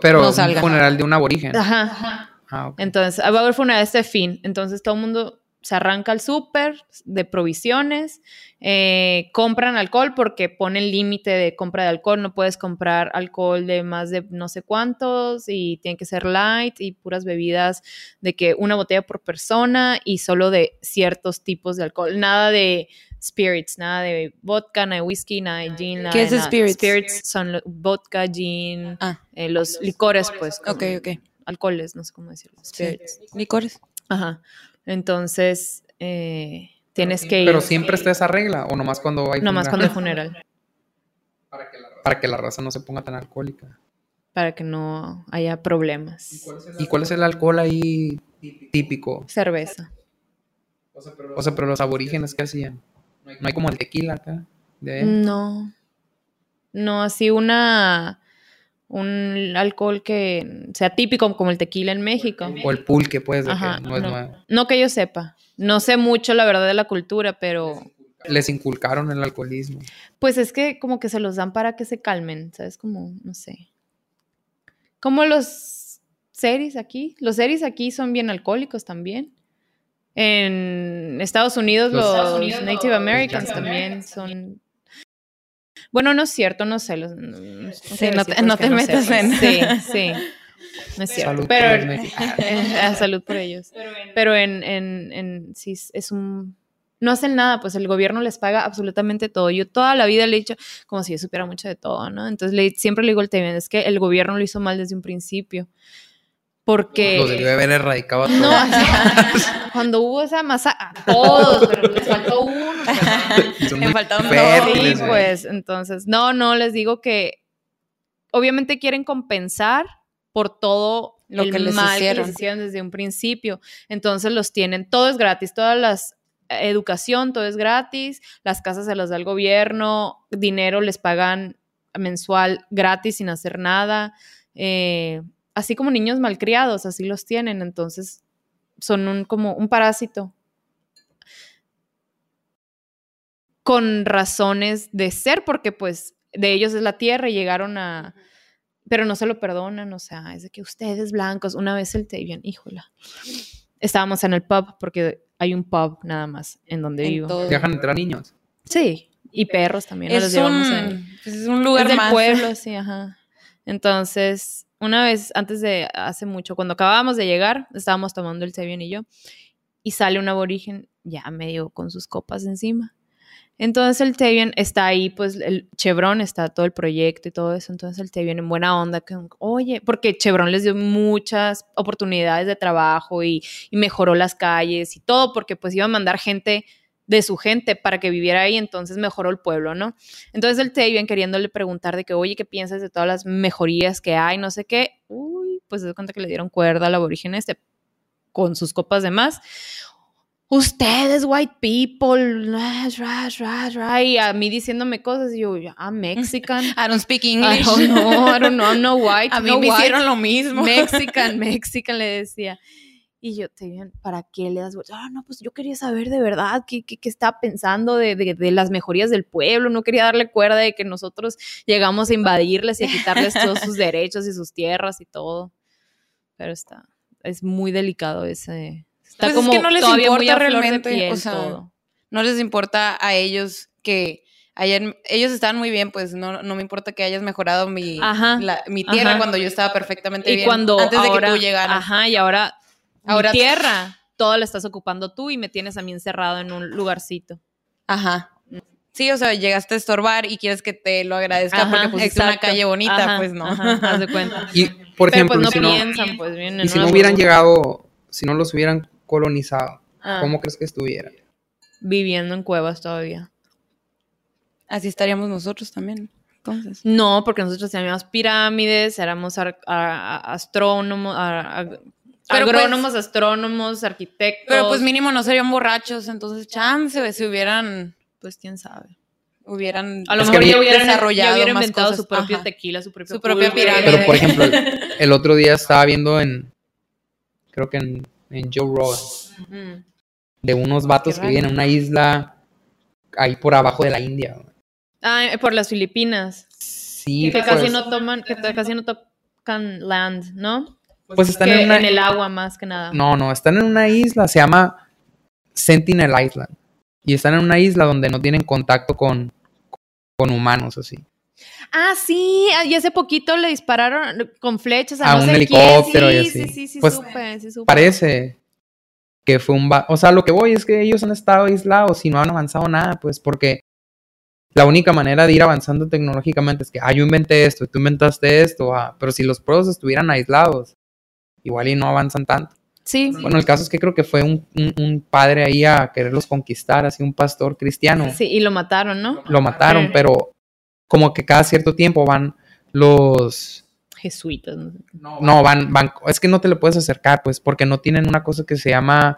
[SPEAKER 1] Pero
[SPEAKER 3] No
[SPEAKER 1] un
[SPEAKER 3] salga.
[SPEAKER 1] funeral de un aborigen.
[SPEAKER 2] Ajá.
[SPEAKER 1] Ah, ok.
[SPEAKER 2] Entonces, va a haber funeral este fin. Entonces, todo el mundo se arranca al súper de provisiones, eh, compran alcohol porque ponen límite de compra de alcohol. No puedes comprar alcohol de más de no sé cuántos y tiene que ser light y puras bebidas de que una botella por persona y solo de ciertos tipos de alcohol. Nada de spirits, nada de vodka, nada de whisky, nada de gin. nada
[SPEAKER 3] ¿Qué es
[SPEAKER 2] de nada.
[SPEAKER 3] spirits?
[SPEAKER 2] Spirits son lo- vodka, gin,
[SPEAKER 3] Ah,
[SPEAKER 2] eh, los licores, pues.
[SPEAKER 3] ok,
[SPEAKER 2] como-
[SPEAKER 3] ok.
[SPEAKER 2] alcoholes, no sé cómo decirlo. Spirits.
[SPEAKER 3] ¿Licores?
[SPEAKER 2] Ajá. Entonces, eh, tienes que ir.
[SPEAKER 1] Pero siempre está esa regla, o nomás cuando hay
[SPEAKER 2] Nomás cuando
[SPEAKER 1] funeral?
[SPEAKER 2] hay funeral.
[SPEAKER 1] Para que la raza no se ponga tan alcohólica.
[SPEAKER 2] para que no haya problemas.
[SPEAKER 1] ¿Y cuál es el alcohol ahí típico?
[SPEAKER 2] Cerveza.
[SPEAKER 1] O sea, pero los aborígenes, ¿qué hacían? No hay como el tequila acá. De allá.
[SPEAKER 2] No. No, así una un alcohol que sea típico como el tequila en México.
[SPEAKER 1] O el pulque, pues, de que
[SPEAKER 2] Mm. Ajá,
[SPEAKER 1] no es nuevo.
[SPEAKER 2] No que yo sepa. No sé mucho la verdad de la cultura, pero
[SPEAKER 1] Les inculcaron el alcoholismo.
[SPEAKER 2] pues es que como que se los dan para que se calmen, ¿sabes? Como, no sé. Como los series aquí. Los series aquí son bien alcohólicos también. En Estados Unidos
[SPEAKER 1] Los-
[SPEAKER 2] los,
[SPEAKER 1] Estados
[SPEAKER 4] Unidos,
[SPEAKER 2] Native
[SPEAKER 4] los
[SPEAKER 2] Americans
[SPEAKER 1] Native
[SPEAKER 2] también son... Bueno, no es cierto, no sé. Los, no- no sé decir
[SPEAKER 3] no te-
[SPEAKER 2] porque
[SPEAKER 3] no te metas
[SPEAKER 2] sé, pues.
[SPEAKER 3] en-
[SPEAKER 2] Sí, sí. No es cierto.
[SPEAKER 1] Salud
[SPEAKER 2] pero
[SPEAKER 1] por los mexicanos.
[SPEAKER 2] a salud por ellos.
[SPEAKER 4] Pero en-
[SPEAKER 2] Pero en, en, en sí es- es un... No hacen nada, pues el gobierno les paga absolutamente todo. Yo toda la vida le he dicho, como si yo supiera mucho de todo, ¿no? Entonces le, siempre le digo al Tevian, es que el gobierno lo hizo mal desde un principio. Porque...
[SPEAKER 1] Los debió haber erradicado a
[SPEAKER 2] No,
[SPEAKER 1] todos.
[SPEAKER 2] o sea, cuando hubo esa masa, a todos, pero les faltó uno. pero-
[SPEAKER 1] Son
[SPEAKER 3] Me
[SPEAKER 1] muy
[SPEAKER 3] faltaba un
[SPEAKER 1] fértiles,
[SPEAKER 2] Sí,
[SPEAKER 3] Hércules,
[SPEAKER 1] güey.
[SPEAKER 2] pues, entonces, no, no, les digo que obviamente quieren compensar por todo
[SPEAKER 3] Lo
[SPEAKER 2] el
[SPEAKER 3] que les
[SPEAKER 2] mal que
[SPEAKER 3] hicieron.
[SPEAKER 2] les hicieron desde un principio. Entonces los tienen, todo es gratis, todas las eh, educación, todo es gratis, las casas se las da el gobierno, dinero les pagan mensual gratis sin hacer nada, eh, así como niños malcriados, así los tienen, entonces son un, como un parásito con razones de ser, porque pues de ellos es la tierra y llegaron a... Pero no se lo perdonan, o sea, es de que ustedes blancos, una vez el Tavian, híjola, estábamos en el pub, porque hay un pub nada más en donde
[SPEAKER 3] En
[SPEAKER 2] vivo.
[SPEAKER 3] todo.
[SPEAKER 1] Dejan entrar niños.
[SPEAKER 2] Sí, y perros también. no los
[SPEAKER 3] Es
[SPEAKER 2] llevamos
[SPEAKER 3] un,
[SPEAKER 2] ahí.
[SPEAKER 3] pues, es un lugar
[SPEAKER 2] Es del
[SPEAKER 3] más.
[SPEAKER 2] pueblo, sí, ajá. Entonces, una vez, antes de hace mucho, cuando acabábamos de llegar, estábamos tomando el Sebian y yo, y sale un aborigen ya medio con sus copas encima. Entonces el Tevian está ahí, pues el Chevron está todo el proyecto y todo eso. Entonces el Tevian en buena onda, que, oye, porque Chevron les dio muchas oportunidades de trabajo y, y mejoró las calles y todo, porque pues iba a mandar gente de su gente para que viviera ahí, entonces mejoró el pueblo, ¿no? Entonces el Tevian queriéndole preguntar de que, oye, ¿qué piensas de todas las mejorías que hay? No sé qué. Uy, pues se da cuenta que le dieron cuerda al aborigen este con sus copas de más. Ustedes, white people, ra, ra, ra, ra", y a mí diciéndome cosas, y yo, I'm Mexican.
[SPEAKER 3] I don't speak
[SPEAKER 2] I
[SPEAKER 3] English.
[SPEAKER 2] don't know, I don't know, I'm not white.
[SPEAKER 3] A mí
[SPEAKER 2] no
[SPEAKER 3] me
[SPEAKER 2] white.
[SPEAKER 3] hicieron lo mismo.
[SPEAKER 2] Mexican, Mexican, le decía. Y yo, te digo, ¿para qué le das vueltas? Ah, no, pues yo quería saber de verdad qué, qué, qué está pensando de, de- de las mejorías del pueblo. No quería darle cuerda de que nosotros llegamos a invadirles y a quitarles todos sus derechos y sus tierras y todo. Pero está, es muy delicado ese. Está
[SPEAKER 3] Pues es
[SPEAKER 2] como
[SPEAKER 3] que no les
[SPEAKER 2] todavía muy
[SPEAKER 3] importa
[SPEAKER 2] a flor de
[SPEAKER 3] realmente,
[SPEAKER 2] piel
[SPEAKER 3] o sea,
[SPEAKER 2] todo.
[SPEAKER 3] no les importa a ellos que hayan, ellos estaban muy bien, pues no, no me importa que hayas mejorado mi,
[SPEAKER 2] Ajá,
[SPEAKER 3] la- mi tierra
[SPEAKER 2] ajá.
[SPEAKER 3] cuando yo estaba perfectamente
[SPEAKER 2] y
[SPEAKER 3] bien.
[SPEAKER 2] cuando
[SPEAKER 3] antes
[SPEAKER 2] ahora,
[SPEAKER 3] de que tú llegaras.
[SPEAKER 2] Ajá, y ahora, ahora
[SPEAKER 3] Ahora-
[SPEAKER 2] tierra, todo lo estás ocupando tú y me tienes a mí encerrado en un lugarcito.
[SPEAKER 3] Ajá. Sí, o sea, llegaste a estorbar y quieres que te lo agradezca
[SPEAKER 2] Ajá,
[SPEAKER 3] porque pusiste una
[SPEAKER 2] exacto.
[SPEAKER 3] calle bonita,
[SPEAKER 2] Ajá,
[SPEAKER 3] pues no.
[SPEAKER 2] ajá, haz de cuenta.
[SPEAKER 1] Y, por
[SPEAKER 2] Pero
[SPEAKER 1] ejemplo,
[SPEAKER 2] pues no
[SPEAKER 1] si, no,
[SPEAKER 2] piensan, pues vienen
[SPEAKER 1] y si
[SPEAKER 2] una
[SPEAKER 1] no hubieran
[SPEAKER 2] burbuja.
[SPEAKER 1] llegado, si no los hubieran colonizado,
[SPEAKER 2] Ah,
[SPEAKER 1] ¿cómo crees que estuvieran?
[SPEAKER 2] Viviendo en cuevas todavía.
[SPEAKER 3] Así estaríamos nosotros también. Entonces.
[SPEAKER 2] No, porque nosotros teníamos pirámides, éramos ar- a- a- astrónomos, a- a-
[SPEAKER 3] Pero pues-
[SPEAKER 2] agrónomos, astrónomos, arquitectos.
[SPEAKER 3] Pero pues mínimo no serían borrachos, entonces chance, güey, si hubieran,
[SPEAKER 2] pues quién sabe.
[SPEAKER 3] hubieran
[SPEAKER 2] A lo
[SPEAKER 1] Es que
[SPEAKER 2] mejor
[SPEAKER 1] había-
[SPEAKER 2] ya hubieran, ya
[SPEAKER 3] desarrollado
[SPEAKER 2] hubieran
[SPEAKER 3] más
[SPEAKER 2] inventado
[SPEAKER 3] cosas.
[SPEAKER 2] su propio
[SPEAKER 3] Ajá.
[SPEAKER 2] tequila, su propio
[SPEAKER 3] Su propia
[SPEAKER 2] pulque.
[SPEAKER 3] pirámide.
[SPEAKER 1] Pero, por ejemplo, el, el otro día estaba viendo en, creo que en, en Joe Rogan,
[SPEAKER 2] Mm.
[SPEAKER 1] de unos vatos que
[SPEAKER 3] raro.
[SPEAKER 1] viven en una isla ahí por abajo de la India. güey.
[SPEAKER 2] Ah, eh, por las Filipinas.
[SPEAKER 1] Sí,
[SPEAKER 2] que
[SPEAKER 1] pues,
[SPEAKER 2] casi no toman, que to- casi no tocan land, ¿no?
[SPEAKER 1] pues están
[SPEAKER 2] Que
[SPEAKER 1] en una...
[SPEAKER 2] en el agua más que nada.
[SPEAKER 1] No, no, están en una isla, se llama Sentinel Island. Y están en una isla donde no tienen contacto con, con humanos, así.
[SPEAKER 2] Ah, sí, ah, y hace poquito le dispararon con flechas a,
[SPEAKER 1] A
[SPEAKER 2] no
[SPEAKER 1] un
[SPEAKER 2] sé
[SPEAKER 1] helicóptero
[SPEAKER 2] quién.
[SPEAKER 1] y así.
[SPEAKER 2] Sí, sí, sí, sí,
[SPEAKER 1] Pues,
[SPEAKER 2] supe, sí, supe.
[SPEAKER 1] parece que fue un... va- O sea, lo que voy es que ellos han estado aislados y no han avanzado nada, pues porque la única manera de ir avanzando tecnológicamente es que, ah, yo inventé esto, tú inventaste esto, ah, pero si los pros estuvieran aislados, igual y no avanzan tanto.
[SPEAKER 2] Sí,
[SPEAKER 1] Bueno, el caso es que creo que fue un, un- un padre ahí a quererlos conquistar, así un pastor cristiano,
[SPEAKER 2] sí, y lo mataron, ¿no?
[SPEAKER 1] lo mataron,
[SPEAKER 2] Ajá.
[SPEAKER 1] pero como que cada cierto tiempo van los...
[SPEAKER 2] jesuitas. no sé.
[SPEAKER 1] No, van, van, es que no te le puedes acercar, pues, porque no tienen una cosa que se llama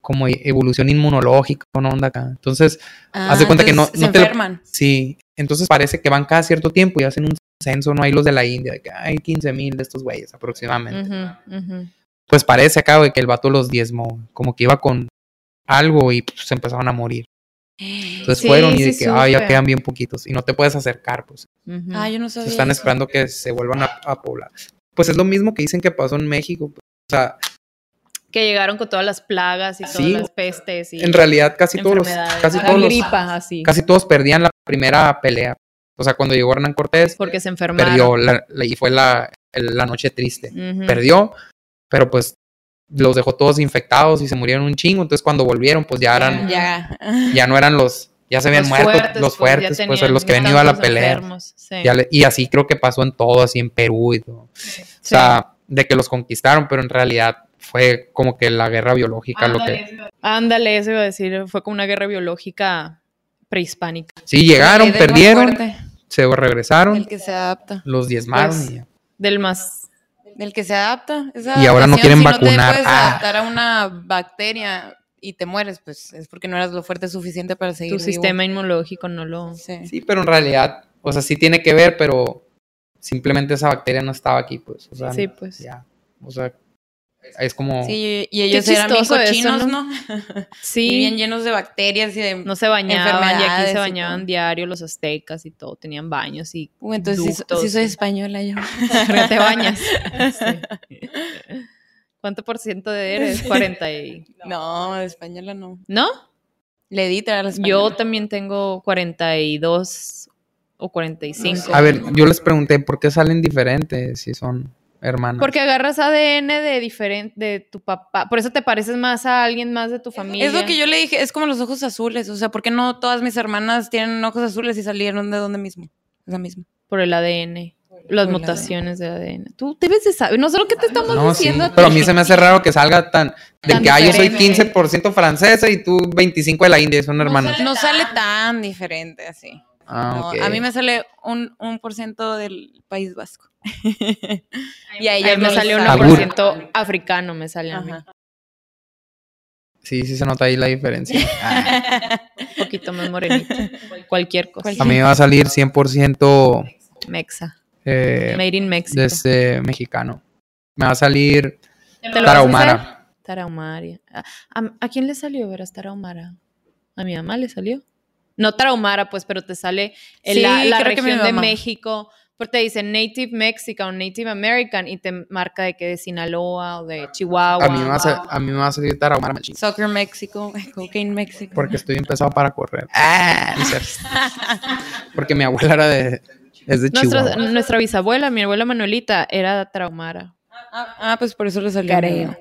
[SPEAKER 1] como e- evolución inmunológica, una onda acá. Entonces, Haz de cuenta que
[SPEAKER 3] Ah, entonces
[SPEAKER 1] no-
[SPEAKER 3] se
[SPEAKER 1] no te lo-
[SPEAKER 3] enferman.
[SPEAKER 1] sí, entonces parece que van cada cierto tiempo y hacen un censo, no hay los de la India, de que hay 15 mil de estos güeyes aproximadamente.
[SPEAKER 2] Ujú, ujú.
[SPEAKER 1] Pues parece acá, güey, que el vato los diezmó, como que iba con algo y pues, se empezaron a morir. Entonces
[SPEAKER 2] Sí,
[SPEAKER 1] fueron y
[SPEAKER 2] sí
[SPEAKER 1] de que, ah, ya
[SPEAKER 2] supe.
[SPEAKER 1] quedan bien poquitos y no te puedes acercar, pues.
[SPEAKER 2] Ujú.
[SPEAKER 3] Ah, yo no sabía.
[SPEAKER 1] Se están
[SPEAKER 3] eso.
[SPEAKER 1] esperando que se vuelvan a, a poblar. Pues es lo mismo que dicen que pasó en México. pues. O sea,
[SPEAKER 2] Que llegaron con todas las plagas y todas
[SPEAKER 1] Sí.
[SPEAKER 2] las pestes y
[SPEAKER 1] en realidad casi todos, los,
[SPEAKER 2] enfermedades.
[SPEAKER 1] casi,
[SPEAKER 2] La
[SPEAKER 1] todos los-
[SPEAKER 2] gripa, así.
[SPEAKER 1] casi todos perdían la primera pelea. O sea, cuando llegó Hernán Cortés,
[SPEAKER 2] porque se enfermaron.
[SPEAKER 1] perdió la- la- y fue la, el- la noche triste.
[SPEAKER 2] Ujú.
[SPEAKER 1] Perdió, pero pues los dejó todos infectados y se murieron un chingo. Entonces cuando volvieron, pues ya eran,
[SPEAKER 3] Ya.
[SPEAKER 1] ya no eran los, ya se habían
[SPEAKER 2] Los
[SPEAKER 1] muerto,
[SPEAKER 2] fuertes,
[SPEAKER 1] los
[SPEAKER 2] pues, ya
[SPEAKER 1] fuertes, pues,
[SPEAKER 2] tenían
[SPEAKER 1] los que habían ido a la
[SPEAKER 2] tantos
[SPEAKER 1] pelea.
[SPEAKER 2] enfermos, sí.
[SPEAKER 1] Ya le- y así creo que pasó en todo, así en Perú y todo. O
[SPEAKER 2] Sí.
[SPEAKER 1] sea, de que los conquistaron, pero en realidad fue como que la guerra biológica lo que...
[SPEAKER 2] Ándale, eso iba a decir, fue como una guerra biológica prehispánica.
[SPEAKER 1] Sí, llegaron,
[SPEAKER 3] El del más
[SPEAKER 1] perdieron,
[SPEAKER 3] fuerte,
[SPEAKER 1] se regresaron,
[SPEAKER 3] El que se adapta.
[SPEAKER 1] los diezmaron
[SPEAKER 2] Pues,
[SPEAKER 1] y ya.
[SPEAKER 2] Del más.
[SPEAKER 3] El que se adapta. esa
[SPEAKER 1] Y ahora no
[SPEAKER 3] adaptación,
[SPEAKER 1] quieren
[SPEAKER 3] si
[SPEAKER 1] vacunar.
[SPEAKER 3] No te puedes
[SPEAKER 1] Ah.
[SPEAKER 3] adaptar a una bacteria y te mueres, pues es porque no eras lo fuerte suficiente para seguir.
[SPEAKER 2] Tu
[SPEAKER 3] vivo.
[SPEAKER 2] sistema inmunológico no lo.
[SPEAKER 3] Sí.
[SPEAKER 1] Sí, pero en realidad, o sea, sí tiene que ver, pero simplemente esa bacteria no estaba aquí, pues. O sea,
[SPEAKER 2] Sí, pues.
[SPEAKER 1] Ya. O sea, es como...
[SPEAKER 3] Sí, y ellos
[SPEAKER 2] Qué
[SPEAKER 3] eran bien
[SPEAKER 2] chistoso eso,
[SPEAKER 3] cochinos,
[SPEAKER 2] ¿no?
[SPEAKER 3] ¿no?
[SPEAKER 2] Sí.
[SPEAKER 3] Y bien llenos de bacterias y de.
[SPEAKER 2] no se bañaban y aquí
[SPEAKER 3] enfermedades y
[SPEAKER 2] se
[SPEAKER 3] todo.
[SPEAKER 2] bañaban diario los aztecas y todo, tenían baños y
[SPEAKER 3] Uh, entonces sí, so-
[SPEAKER 2] ductos.
[SPEAKER 3] sí soy española yo.
[SPEAKER 2] Pero te bañas. Sí. ¿Cuánto por ciento de eres? 40 y...
[SPEAKER 3] No, de española no.
[SPEAKER 2] ¿No?
[SPEAKER 3] Le di traer a la
[SPEAKER 2] Yo
[SPEAKER 3] española.
[SPEAKER 2] también tengo 42 o 45.
[SPEAKER 1] A ver, yo les pregunté por qué salen diferentes si son hermanas.
[SPEAKER 2] Porque agarras ADN de diferente de tu papá, por eso te pareces más a alguien más de tu familia.
[SPEAKER 3] Es lo que yo le dije, es como los ojos azules. O sea, ¿por qué no todas mis hermanas tienen ojos azules y salieron de donde mismo? Es la misma.
[SPEAKER 2] por el ADN, las
[SPEAKER 3] Por el
[SPEAKER 2] mutaciones de ADN. Tú debes de saber, no sé lo que
[SPEAKER 3] Ah,
[SPEAKER 2] te estamos
[SPEAKER 1] No, sí,
[SPEAKER 2] diciendo. a ti.
[SPEAKER 1] pero a mí se me hace raro que salga tan... De
[SPEAKER 2] Tan
[SPEAKER 1] que, ah, yo soy
[SPEAKER 2] diferente.
[SPEAKER 1] 15% francesa y tú 25% de la India y son hermanas.
[SPEAKER 3] No sale tan diferente así.
[SPEAKER 1] Ah,
[SPEAKER 3] No,
[SPEAKER 1] ok.
[SPEAKER 3] A mí me sale un, un por ciento del País Vasco. y a
[SPEAKER 2] Ahí
[SPEAKER 3] ella
[SPEAKER 2] me salió
[SPEAKER 1] sale.
[SPEAKER 2] 1% africano, me sale a mí.
[SPEAKER 1] Sí, sí se nota ahí la diferencia. Ah.
[SPEAKER 2] Un poquito más morenito. Cualquier cosa.
[SPEAKER 1] A mí me va a salir 100%
[SPEAKER 2] Mexa.
[SPEAKER 1] eh,
[SPEAKER 2] Made in Mexico.
[SPEAKER 1] desde mexicano. Me va a salir
[SPEAKER 2] ¿Te lo vas a hacer?
[SPEAKER 1] tarahumara.
[SPEAKER 2] Tarahumara. ¿A, a- a quién le salió veras Tarahumara? ¿A mi mamá le salió? No Tarahumara, pues, pero te sale el-
[SPEAKER 3] Sí,
[SPEAKER 2] la, la
[SPEAKER 3] creo que mi
[SPEAKER 2] región de
[SPEAKER 3] mamá.
[SPEAKER 2] México. Porque te dice Native Mexican o Native American y te marca de que de Sinaloa o de Chihuahua.
[SPEAKER 1] A mí me va a, sal- a mí me va a salir tarahumara machín.
[SPEAKER 3] Soccer México, Cocaine México.
[SPEAKER 1] Porque estoy empezado para correr.
[SPEAKER 2] Ah.
[SPEAKER 1] No es cierto. Porque mi abuela era de. Es de
[SPEAKER 2] Nuestros-
[SPEAKER 1] Chihuahua.
[SPEAKER 2] nuestra bisabuela, mi abuela Manuelita, era Tarahumara.
[SPEAKER 3] Ah, ah, pues por eso le salió.
[SPEAKER 2] Creo.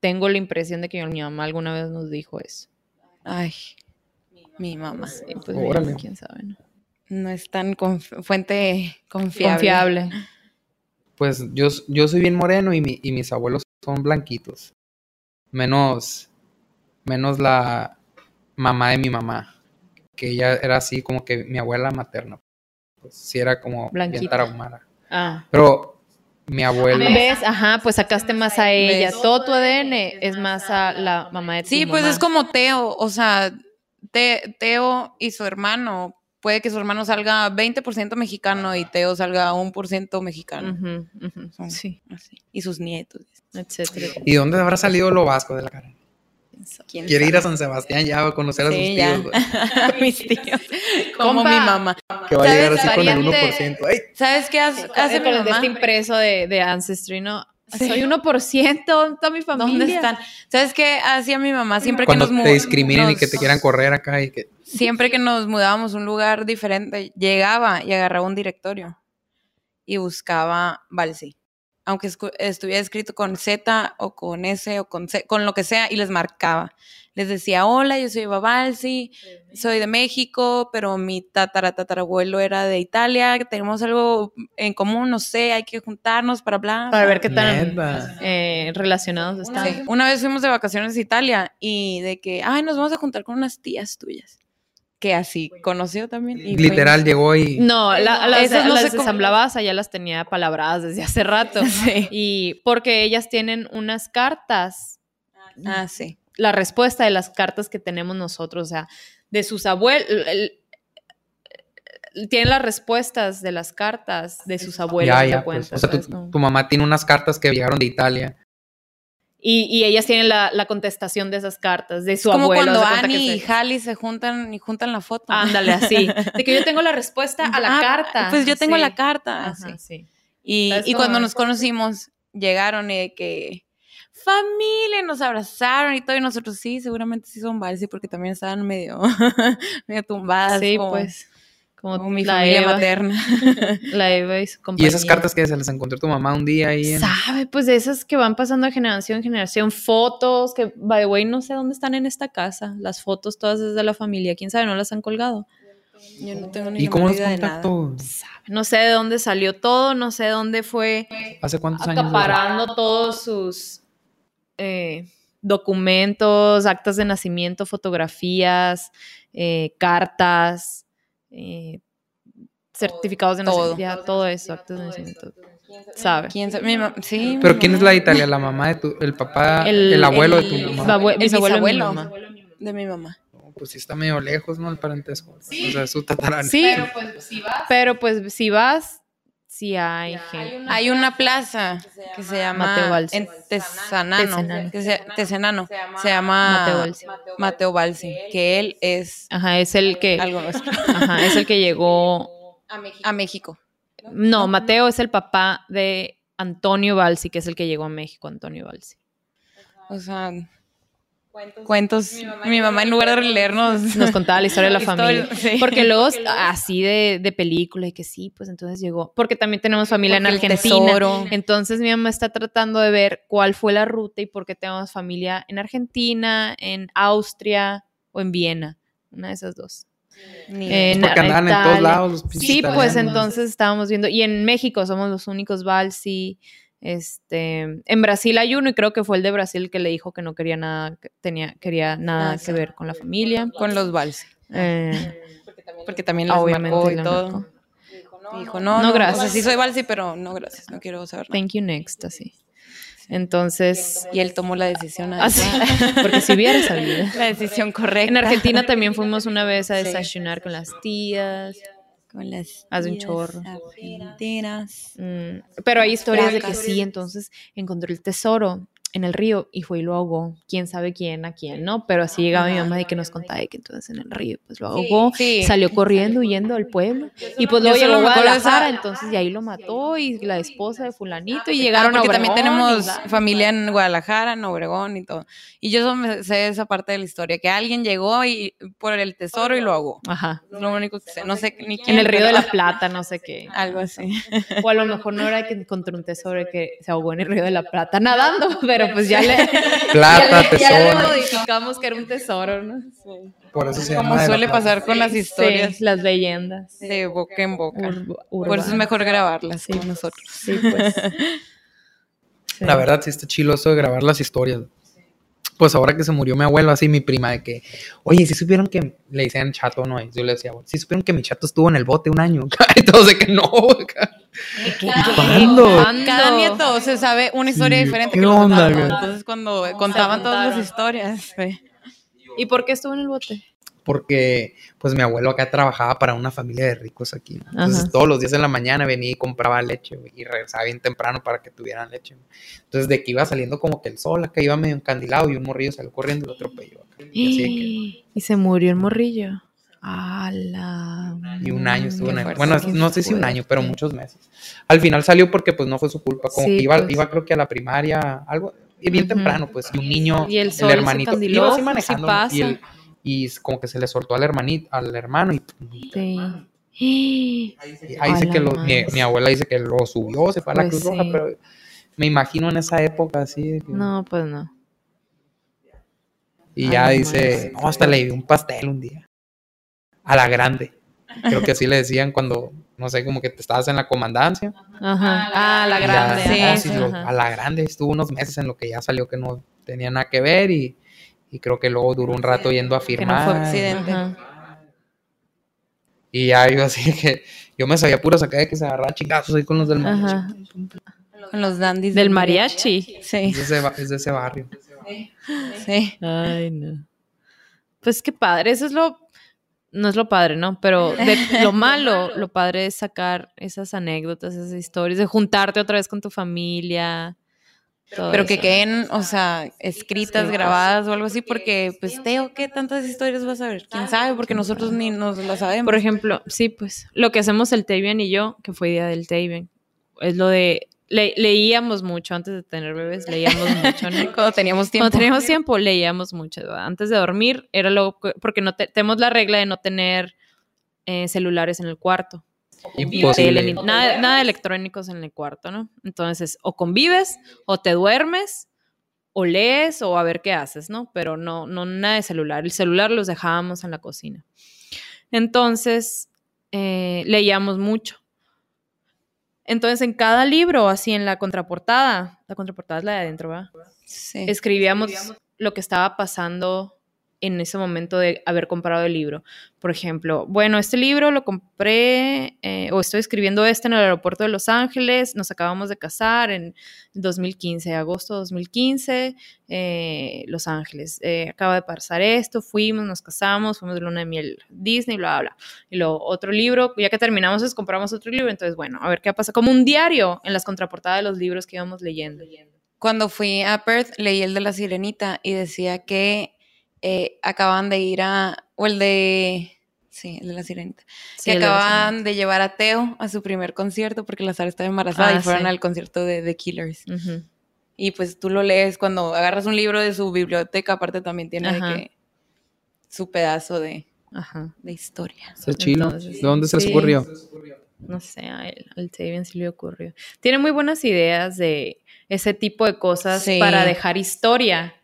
[SPEAKER 2] Tengo la impresión de que mi mamá alguna vez nos dijo eso.
[SPEAKER 3] Ay, mi mamá.
[SPEAKER 2] Y pues, mira,
[SPEAKER 1] Órale.
[SPEAKER 2] quién sabe, ¿no?
[SPEAKER 3] No es tan conf- fuente confiable.
[SPEAKER 2] Confiable.
[SPEAKER 1] Pues yo, s- yo soy bien moreno y, mi- y mis abuelos son blanquitos. Menos. Menos la mamá de mi mamá. Que ella era así como que mi abuela materna. Pues sí, era como bien
[SPEAKER 2] Blanquita.
[SPEAKER 1] tarahumara.
[SPEAKER 2] Ah.
[SPEAKER 1] Pero mi abuelo.
[SPEAKER 2] ¿Ves? Ajá, pues sacaste más a ella.
[SPEAKER 3] ¿Ves?
[SPEAKER 2] Todo tu ADN es más a la mamá de tu
[SPEAKER 3] Sí, pues
[SPEAKER 2] mamá.
[SPEAKER 3] es como Teo, o sea, Te- Teo y su hermano, puede que su hermano salga 20% mexicano y Teo salga 1% mexicano.
[SPEAKER 2] Ujú, ujú,
[SPEAKER 3] Son-
[SPEAKER 2] Sí,
[SPEAKER 3] así. Y sus nietos.
[SPEAKER 2] etcétera.
[SPEAKER 1] ¿Y dónde habrá salido lo vasco de la cara?
[SPEAKER 3] ¿Quién
[SPEAKER 1] Quiere
[SPEAKER 3] sabe?
[SPEAKER 1] ir a San Sebastián ya a conocer a sus
[SPEAKER 3] Sí,
[SPEAKER 1] tíos. güey,
[SPEAKER 3] ya. Mis tíos. Como
[SPEAKER 2] Compa.
[SPEAKER 3] mi mamá.
[SPEAKER 1] Que va a llegar
[SPEAKER 3] ¿Sabes?
[SPEAKER 1] así con el
[SPEAKER 2] Variante-
[SPEAKER 1] 1%. ¡Ay!
[SPEAKER 3] ¿Sabes qué hace, hace
[SPEAKER 2] Hace
[SPEAKER 3] mi
[SPEAKER 2] con
[SPEAKER 3] mamá?
[SPEAKER 2] este impreso de, de Ancestry, ¿no?
[SPEAKER 3] Sí.
[SPEAKER 2] Soy 1%, ¿dónde está mi familia?
[SPEAKER 3] ¿Dónde están? ¿Sabes qué hacía mi mamá? Siempre
[SPEAKER 1] cuando
[SPEAKER 3] que nos
[SPEAKER 1] te
[SPEAKER 3] mu-
[SPEAKER 1] discriminen y
[SPEAKER 3] nos-
[SPEAKER 1] que te quieran correr acá y que
[SPEAKER 3] Siempre que nos mudábamos a un lugar diferente, llegaba y agarraba un directorio y buscaba Balsi. Aunque escu- estuviera escrito con Z o con S o con C, con lo que sea, y les marcaba. Les decía, hola, yo soy Eva Balsi, soy de México, pero mi tatara tatarabuelo era de Italia, que tenemos algo en común, no sé, hay que juntarnos para hablar.
[SPEAKER 2] Para ver qué tan
[SPEAKER 1] neta
[SPEAKER 2] eh, relacionados están.
[SPEAKER 3] Sí. Una vez fuimos de vacaciones a Italia y de que, ay, nos vamos a juntar con unas tías tuyas. que así conoció también. y pues, fue-
[SPEAKER 1] Literal llegó y
[SPEAKER 2] No, la- las,
[SPEAKER 3] Esas no
[SPEAKER 2] las
[SPEAKER 3] sé cómo-
[SPEAKER 2] desamblabas allá las tenía palabradas desde hace rato.
[SPEAKER 3] Sí.
[SPEAKER 2] Y porque ellas tienen unas cartas,
[SPEAKER 3] Ah, sí.
[SPEAKER 2] la respuesta de las cartas que tenemos nosotros, o sea, de sus abuelos. Tienen las respuestas de las cartas de sus abuelos.
[SPEAKER 1] ya,
[SPEAKER 2] te
[SPEAKER 1] ya. pues,
[SPEAKER 2] cuentan,
[SPEAKER 1] o sea, tu,
[SPEAKER 2] ¿sabes? Como-
[SPEAKER 1] tu mamá tiene unas cartas que llegaron de Italia.
[SPEAKER 2] Y, y ellas tienen la, la contestación de esas cartas, de su
[SPEAKER 3] Como
[SPEAKER 2] abuelo.
[SPEAKER 3] cuando
[SPEAKER 2] haz de cuenta que
[SPEAKER 3] Annie y
[SPEAKER 2] se-
[SPEAKER 3] Hallie se juntan y juntan la foto.
[SPEAKER 2] Ándale, así. De que yo tengo la respuesta a la
[SPEAKER 3] Ah,
[SPEAKER 2] carta.
[SPEAKER 3] Pues yo tengo
[SPEAKER 2] Sí.
[SPEAKER 3] la carta.
[SPEAKER 2] Ajá,
[SPEAKER 3] así.
[SPEAKER 2] sí.
[SPEAKER 3] Y,
[SPEAKER 2] Está
[SPEAKER 3] y cuando
[SPEAKER 2] suave.
[SPEAKER 3] nos conocimos, llegaron y de que familia, y nos abrazaron y todo, y nosotros sí, seguramente sí son vals, sí, porque también estaban medio, medio tumbadas.
[SPEAKER 2] Sí,
[SPEAKER 3] Ah, como-
[SPEAKER 2] pues. Como,
[SPEAKER 3] como mi
[SPEAKER 2] la,
[SPEAKER 3] familia
[SPEAKER 2] Eva,
[SPEAKER 3] materna.
[SPEAKER 2] la Eva y su
[SPEAKER 1] Y
[SPEAKER 2] compañía.
[SPEAKER 1] esas cartas que se las encontró tu mamá un día ahí en-
[SPEAKER 2] Sabe, pues de esas que van pasando de generación en generación, fotos, que by the way, no sé dónde están en esta casa. Las fotos todas es de la familia, quién sabe, no las han colgado.
[SPEAKER 3] Yo no tengo ni
[SPEAKER 1] ¿Y cómo los
[SPEAKER 3] idea de nada.
[SPEAKER 1] contactó?
[SPEAKER 2] No sé de dónde salió todo, no sé dónde fue
[SPEAKER 1] ¿Hace cuántos años?
[SPEAKER 2] acaparando todos sus eh, documentos, actas de nacimiento, fotografías, eh, cartas, eh, certificados de
[SPEAKER 3] todo.
[SPEAKER 2] nacimiento, ya, todo eso, actas de nacimiento. ¿Sabe?
[SPEAKER 3] ¿Quién sabe? Mi mam- sí, mi
[SPEAKER 1] ¿Pero quién es la
[SPEAKER 3] mamá.
[SPEAKER 1] de Italia? ¿La mamá de tu, el papá, el, abuelo de tu
[SPEAKER 2] el
[SPEAKER 1] mamá?
[SPEAKER 2] abue-
[SPEAKER 3] El
[SPEAKER 2] bisabuelo de mi
[SPEAKER 3] bisabuelo.
[SPEAKER 2] mamá.
[SPEAKER 3] De mi mamá.
[SPEAKER 1] No, Pues sí está medio lejos, ¿no? El parentesco. O sea, es su tataranieto.
[SPEAKER 2] Sí, pero pues, si vas, sí hay gente.
[SPEAKER 3] Hay una plaza que se llama
[SPEAKER 2] Mateo Balsi.
[SPEAKER 3] en Tesanano,
[SPEAKER 2] Tesanano.
[SPEAKER 3] que se- Tesanano, se llama
[SPEAKER 2] Mateo Balsi.
[SPEAKER 3] Mateo Balsi, que él es
[SPEAKER 2] Ajá, es el que,
[SPEAKER 3] algo
[SPEAKER 2] ajá, es el que llegó.
[SPEAKER 3] a México.
[SPEAKER 2] No, Mateo es el papá de Antonio Balsi, que es el que llegó a México, Antonio Balsi.
[SPEAKER 3] O sea, cuentos. Mi mamá en lugar de leernos
[SPEAKER 2] nos contaba la historia de la
[SPEAKER 3] Historia,
[SPEAKER 2] familia.
[SPEAKER 3] sí.
[SPEAKER 2] Porque luego así de, de película y que sí, pues entonces llegó. Porque también tenemos familia en
[SPEAKER 3] Porque el
[SPEAKER 2] Argentina.
[SPEAKER 3] tesoro.
[SPEAKER 2] Entonces mi mamá está tratando de ver cuál fue la ruta y por qué tenemos familia en Argentina, en Austria o en Viena. Una de esas dos.
[SPEAKER 3] Ni-
[SPEAKER 2] Eh, en
[SPEAKER 1] Porque andaban en
[SPEAKER 2] Italia.
[SPEAKER 1] todos lados los pinches
[SPEAKER 2] Sí, pues
[SPEAKER 1] italianos.
[SPEAKER 2] entonces estábamos viendo. Y en México somos los únicos Balsi. Este, en Brasil hay uno y creo que fue el de Brasil que le dijo que no quería nada, que tenía, quería nada
[SPEAKER 3] Ah,
[SPEAKER 2] que
[SPEAKER 3] sí.
[SPEAKER 2] ver con la familia.
[SPEAKER 3] con los vals,
[SPEAKER 2] Eh,
[SPEAKER 3] porque también las marcó
[SPEAKER 2] obviamente
[SPEAKER 3] y
[SPEAKER 2] la
[SPEAKER 3] todo.
[SPEAKER 2] marcó.
[SPEAKER 3] Y Dijo, no,
[SPEAKER 2] No,
[SPEAKER 3] no, gracias.
[SPEAKER 2] gracias.
[SPEAKER 3] O sea, sí soy Balsi, pero no, gracias, no quiero saber nada.
[SPEAKER 2] Thank you next, así. Entonces,
[SPEAKER 3] Y él tomó la decisión.
[SPEAKER 2] así,
[SPEAKER 3] adecuada.
[SPEAKER 2] porque si hubiera sabido.
[SPEAKER 3] Ah, La decisión correcta.
[SPEAKER 2] En Argentina también fuimos una vez a
[SPEAKER 3] Sí.
[SPEAKER 2] desayunar con las tías.
[SPEAKER 3] Con las
[SPEAKER 2] Haz un
[SPEAKER 3] tías
[SPEAKER 2] chorro.
[SPEAKER 3] argentinas.
[SPEAKER 2] Mm, Pero hay historias de que
[SPEAKER 3] Blancas.
[SPEAKER 2] sí, entonces encontró el tesoro en el río y fue y lo ahogó. Quién sabe quién a quién, ¿no? Pero así llegaba mi mamá de que nos contaba de que entonces en el río pues lo ahogó.
[SPEAKER 3] Sí.
[SPEAKER 2] Salió corriendo, huyendo al pueblo. Y pues
[SPEAKER 3] yo
[SPEAKER 2] luego llegó
[SPEAKER 3] solo
[SPEAKER 2] a
[SPEAKER 3] me acuerdo de esa-
[SPEAKER 2] Guadalajara, entonces y ahí lo mató y la esposa de fulanito y
[SPEAKER 3] Ah,
[SPEAKER 2] llegaron a
[SPEAKER 3] porque también
[SPEAKER 2] Obregón y
[SPEAKER 3] tenemos
[SPEAKER 2] bla.
[SPEAKER 3] familia en Guadalajara, en Obregón y todo. Y yo solo me sé esa parte de la historia, que alguien llegó y por el tesoro y lo ahogó.
[SPEAKER 2] Ajá.
[SPEAKER 3] Es lo único que sé. No sé ni quién.
[SPEAKER 2] En el río de
[SPEAKER 3] pero
[SPEAKER 2] la Plata, no sé qué.
[SPEAKER 3] Algo así.
[SPEAKER 2] O a lo mejor no era que encontró un tesoro que se ahogó en el río de la Plata nadando, pero pues ya le,
[SPEAKER 1] Plata,
[SPEAKER 2] ya le- ya le
[SPEAKER 1] tesoro.
[SPEAKER 2] modificamos que era un tesoro, ¿no?
[SPEAKER 1] Por eso se llama.
[SPEAKER 3] Como
[SPEAKER 1] de la
[SPEAKER 3] suele
[SPEAKER 1] plata.
[SPEAKER 3] pasar con las historias
[SPEAKER 2] Sí, las leyendas.
[SPEAKER 3] de boca en boca.
[SPEAKER 2] Urba-
[SPEAKER 3] Por eso es
[SPEAKER 2] urbanas.
[SPEAKER 3] mejor grabarlas
[SPEAKER 2] Sí.
[SPEAKER 3] con nosotros.
[SPEAKER 2] Sí, pues. Sí.
[SPEAKER 1] La verdad, sí está chilo eso de grabar las historias. Pues ahora que se murió mi abuelo, así mi prima, de que, oye, si supieron que le decían chato, no, Y yo le decía, si supieron que mi chato estuvo en el bote un año, y todos de que no, ¿Cuándo?
[SPEAKER 2] ¿Cuándo?
[SPEAKER 3] Cada nieto se sabe una historia
[SPEAKER 1] Sí,
[SPEAKER 3] diferente.
[SPEAKER 1] ¿qué
[SPEAKER 3] que los
[SPEAKER 1] onda,
[SPEAKER 3] papás, ¿no?
[SPEAKER 1] güey?
[SPEAKER 3] Entonces cuando contaban todas las historias. sí.
[SPEAKER 2] ¿Y por qué estuvo en el bote?
[SPEAKER 1] porque pues mi abuelo acá trabajaba para una familia de ricos aquí. ¿no? Entonces
[SPEAKER 2] Ajá.
[SPEAKER 1] todos los días en la mañana venía y compraba leche güey, y regresaba bien temprano para que tuvieran leche. güey. Entonces de que iba saliendo como que el sol, acá iba medio encandilado y un morrillo salió corriendo y lo atropelló. acá. Y, así de que-
[SPEAKER 2] Y se murió el morrillo. ¡Ala!
[SPEAKER 1] y un año estuvo en el...
[SPEAKER 3] fuerte,
[SPEAKER 1] Bueno,
[SPEAKER 3] qué
[SPEAKER 1] no sé si un
[SPEAKER 2] fuerte.
[SPEAKER 1] año, pero muchos meses. Al final salió porque pues no fue su culpa, como
[SPEAKER 2] Sí,
[SPEAKER 1] que iba,
[SPEAKER 2] pues.
[SPEAKER 1] iba creo que a la primaria, algo, y bien
[SPEAKER 2] Ujú.
[SPEAKER 1] temprano pues, y un niño,
[SPEAKER 2] Y el
[SPEAKER 1] el,
[SPEAKER 2] sol se
[SPEAKER 1] hermanito,
[SPEAKER 2] encandiló,
[SPEAKER 1] iba así
[SPEAKER 2] pues, sí
[SPEAKER 1] manejando ¿no?
[SPEAKER 2] pasa.
[SPEAKER 1] y, el- y s- como que se le soltó al hermanito, al hermano y
[SPEAKER 2] Sí.
[SPEAKER 1] Y Ahí
[SPEAKER 2] A
[SPEAKER 1] dice
[SPEAKER 2] la
[SPEAKER 1] que lo- mi,
[SPEAKER 2] madre.
[SPEAKER 1] mi abuela dice que lo subió, se fue a la
[SPEAKER 2] Pues
[SPEAKER 1] Cruz Roja,
[SPEAKER 2] sí.
[SPEAKER 1] pero me imagino en esa época así. de que-
[SPEAKER 2] No, pues no.
[SPEAKER 1] y
[SPEAKER 2] a
[SPEAKER 1] ya
[SPEAKER 2] la
[SPEAKER 1] dice,
[SPEAKER 2] madre.
[SPEAKER 1] no, hasta le di un pastel un día. A la grande. Creo que así le decían cuando, no sé, como que te estabas en la comandancia.
[SPEAKER 2] Ajá. Ah, la
[SPEAKER 1] y ya,
[SPEAKER 2] grande.
[SPEAKER 1] no,
[SPEAKER 2] ajá,
[SPEAKER 1] sí,
[SPEAKER 2] sí,
[SPEAKER 1] lo-
[SPEAKER 2] ajá.
[SPEAKER 1] a la grande estuvo unos meses en lo que ya salió que no tenía nada que ver y, y creo que luego duró un rato yendo a
[SPEAKER 2] Que no fue
[SPEAKER 1] firmar.
[SPEAKER 3] accidente.
[SPEAKER 2] Ajá.
[SPEAKER 1] Y ya yo así que yo me sabía puro sacar de que se agarraba chingazos ahí con los del mariachi.
[SPEAKER 2] Ajá.
[SPEAKER 3] Con los dandis
[SPEAKER 2] Del mariachi.
[SPEAKER 3] Sí,
[SPEAKER 1] Es de ese, ba- es de ese barrio.
[SPEAKER 3] sí.
[SPEAKER 2] Ay, no. Pues qué padre, eso es lo, no es lo padre, ¿no? Pero de lo malo, lo padre es sacar esas anécdotas, esas historias, de juntarte otra vez con tu familia. todo
[SPEAKER 3] Pero que
[SPEAKER 2] eso.
[SPEAKER 3] queden, o sea, escritas,
[SPEAKER 2] sí,
[SPEAKER 3] grabadas o algo así, porque pues Teo, ¿qué tantas historias vas a ver? ¿Quién sabe? Porque nosotros ni nos las sabemos.
[SPEAKER 2] Por ejemplo, sí, pues lo que hacemos el Tavian y yo, que fue idea del Tavian, es lo de, le- leíamos mucho antes de tener bebés, leíamos mucho, ¿no?
[SPEAKER 3] cuando teníamos tiempo.
[SPEAKER 2] Cuando teníamos tiempo leíamos mucho. ¿verdad? Antes de dormir era lo que- porque no te- tenemos la regla de no tener eh, celulares en el cuarto,
[SPEAKER 1] pues,
[SPEAKER 2] tele, ni-
[SPEAKER 1] Imposible.
[SPEAKER 2] nada, nada de electrónicos en el cuarto, ¿no? Entonces, o convives, o te duermes, o lees, o a ver qué haces, ¿no? Pero no, no nada de celular. El celular los dejábamos en la cocina. Entonces, eh, leíamos mucho. Entonces, en cada libro, así en la contraportada, la contraportada es la de adentro, ¿verdad?
[SPEAKER 3] Sí.
[SPEAKER 2] escribíamos lo que estaba pasando en ese momento de haber comprado el libro. Por ejemplo, bueno, este libro lo compré eh, o estoy escribiendo este en el aeropuerto de Los Ángeles, nos acabamos de casar en 2015, agosto de 2015, eh, Los Ángeles. Eh, acaba de pasar esto, fuimos, nos casamos, fuimos de luna de miel Disney, bla, bla, bla. Y luego otro libro, ya que terminamos, es compramos otro libro, entonces bueno, a ver qué pasa. Como un diario en las contraportadas de los libros que íbamos leyendo.
[SPEAKER 3] cuando fui a Perth leí el de la sirenita y decía que eh, acaban de ir a, o el de, sí, el de la sirenita,
[SPEAKER 2] Sí,
[SPEAKER 3] que
[SPEAKER 2] el de los
[SPEAKER 3] acaban de llevar a Teo a su primer concierto porque la Sara estaba embarazada
[SPEAKER 2] Ah,
[SPEAKER 3] y fueron
[SPEAKER 2] sí.
[SPEAKER 3] al concierto de The Killers.
[SPEAKER 2] Ujú.
[SPEAKER 3] Y pues tú lo lees cuando agarras un libro de su biblioteca, aparte también tiene de
[SPEAKER 2] Ajá.
[SPEAKER 3] que su pedazo de,
[SPEAKER 2] Ajá.
[SPEAKER 3] de historia.
[SPEAKER 1] Está chilo.
[SPEAKER 2] Entonces,
[SPEAKER 1] ¿De dónde se les
[SPEAKER 2] sí.
[SPEAKER 1] ocurrió?
[SPEAKER 2] No sé, a él- al Tavian sí le ocurrió. Tiene muy buenas ideas de ese tipo de cosas
[SPEAKER 3] Sí.
[SPEAKER 2] para dejar historia.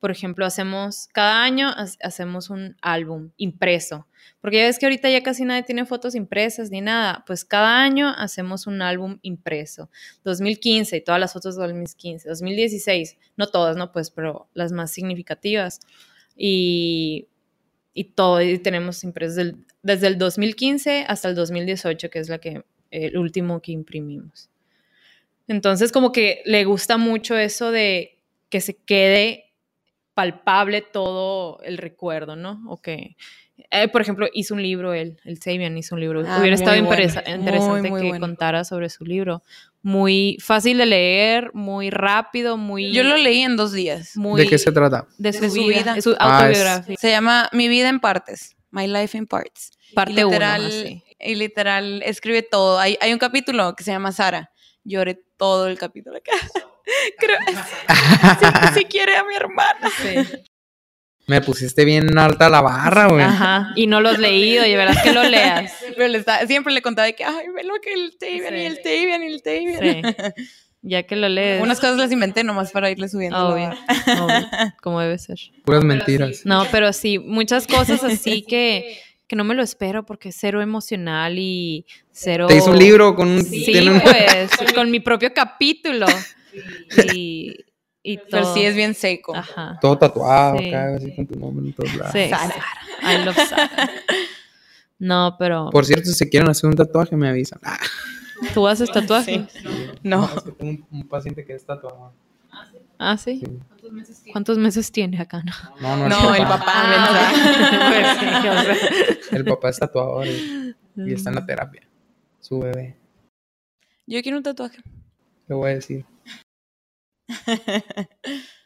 [SPEAKER 2] Por ejemplo, hacemos, cada año ha- hacemos un álbum impreso. Porque ya ves que ahorita ya casi nadie tiene fotos impresas ni nada. Pues cada año hacemos un álbum impreso. 2015 y todas las fotos de 2015. 2016, no todas, no pues, pero las más significativas. Y, y todo, y tenemos impresos del- desde el 2015 hasta el 2018, que es la que, el último que imprimimos. Entonces, como que le gusta mucho eso de que se quede palpable todo el recuerdo, ¿no? O que, eh, por ejemplo, hizo un libro él, el Sabian hizo un libro.
[SPEAKER 3] Ah,
[SPEAKER 2] Hubiera
[SPEAKER 3] muy
[SPEAKER 2] estado
[SPEAKER 3] bueno,
[SPEAKER 2] interesa-
[SPEAKER 3] muy,
[SPEAKER 2] interesante
[SPEAKER 3] muy
[SPEAKER 2] que
[SPEAKER 3] bueno.
[SPEAKER 2] contara sobre su libro. Muy fácil de leer, muy rápido, muy...
[SPEAKER 3] Yo lo leí en dos días.
[SPEAKER 2] muy
[SPEAKER 1] ¿De qué se trata?
[SPEAKER 2] de su,
[SPEAKER 3] de su
[SPEAKER 2] vida,
[SPEAKER 3] vida?
[SPEAKER 2] de su
[SPEAKER 1] Ah, es-
[SPEAKER 2] autobiografía.
[SPEAKER 3] Se llama Mi vida en partes, My Life in Parts. Y
[SPEAKER 2] parte ah, 1.
[SPEAKER 3] literal, y literal escribe todo. Hay, hay un capítulo que se llama Sara. Lloré todo el capítulo acá. Creo, si, si quiere a mi hermana.
[SPEAKER 1] Me pusiste bien alta la barra, güey.
[SPEAKER 2] Ajá. Y no lo has leído, y verás que lo leas.
[SPEAKER 3] Pero le está- siempre le contaba de que, ay, ve lo que el Tavian y
[SPEAKER 2] Sí.
[SPEAKER 3] el Tavian y el
[SPEAKER 2] Sí.
[SPEAKER 3] Tavian.
[SPEAKER 2] Ya que lo lees.
[SPEAKER 3] Unas cosas las inventé nomás para irle subiendo. la
[SPEAKER 2] Obvio,
[SPEAKER 3] barra.
[SPEAKER 2] obvio, como debe ser.
[SPEAKER 1] Puras mentiras.
[SPEAKER 2] No, pero sí, muchas cosas así que, que no me lo espero porque es cero emocional y cero.
[SPEAKER 1] Te hizo un libro con un.
[SPEAKER 2] Sí,
[SPEAKER 1] tiene un-
[SPEAKER 2] pues, con mi propio capítulo. Y, y
[SPEAKER 3] Pero
[SPEAKER 2] todo.
[SPEAKER 3] sí es bien seco.
[SPEAKER 2] Ajá.
[SPEAKER 1] Todo tatuado,
[SPEAKER 2] Sí.
[SPEAKER 1] acá, así con tu nombre en todos lados.
[SPEAKER 2] Sí,
[SPEAKER 3] Sara.
[SPEAKER 2] I love Sara. No, pero.
[SPEAKER 1] Por cierto, si se quieren hacer un tatuaje, me avisan. Ah,
[SPEAKER 2] ¿Tú haces tatuaje?
[SPEAKER 3] No.
[SPEAKER 1] es que tengo un, un paciente que es tatuado.
[SPEAKER 2] Ah, sí.
[SPEAKER 1] Sí.
[SPEAKER 2] ¿Cuántos meses tiene acá? No,
[SPEAKER 1] No, no,
[SPEAKER 3] No, el papá.
[SPEAKER 2] Ah,
[SPEAKER 3] ¿verdad?
[SPEAKER 2] Pues sí, o sea.
[SPEAKER 1] El papá es tatuador y, y está en la terapia. Su bebé.
[SPEAKER 3] Yo quiero un tatuaje.
[SPEAKER 1] Le voy a decir.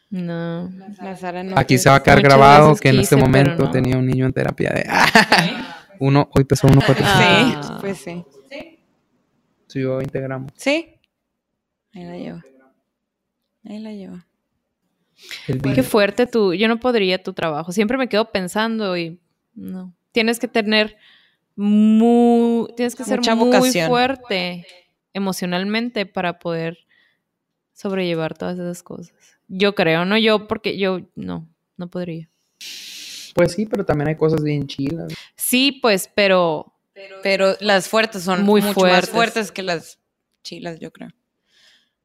[SPEAKER 2] Mm, No.
[SPEAKER 3] La Sara no.
[SPEAKER 1] Aquí
[SPEAKER 3] quiere.
[SPEAKER 1] se va a quedar
[SPEAKER 2] Muchas
[SPEAKER 1] grabado
[SPEAKER 2] veces
[SPEAKER 1] que en este
[SPEAKER 2] quise, pero
[SPEAKER 1] momento
[SPEAKER 2] no.
[SPEAKER 1] tenía un niño en terapia de. uno, hoy pesó 1.400.
[SPEAKER 3] Sí,
[SPEAKER 2] Ah.
[SPEAKER 3] pues sí.
[SPEAKER 1] Subió 20 gramos.
[SPEAKER 3] Sí. Ahí la lleva. Ahí la lleva.
[SPEAKER 1] El
[SPEAKER 2] Qué
[SPEAKER 1] bicho.
[SPEAKER 2] fuerte tú. Yo no podría tu trabajo. Siempre me quedo pensando y no. Tienes que tener muy, tienes que ser
[SPEAKER 3] Mucha
[SPEAKER 2] muy
[SPEAKER 3] vocación.
[SPEAKER 2] fuerte emocionalmente para poder sobrellevar todas esas cosas. Yo creo, no yo, porque yo no, no podría.
[SPEAKER 1] Pues sí, pero también hay cosas bien chilas.
[SPEAKER 2] Sí, pues, pero
[SPEAKER 3] Pero las fuertes son
[SPEAKER 2] Muy
[SPEAKER 3] muy mucho
[SPEAKER 2] fuertes.
[SPEAKER 3] más fuertes que las chilas, yo creo.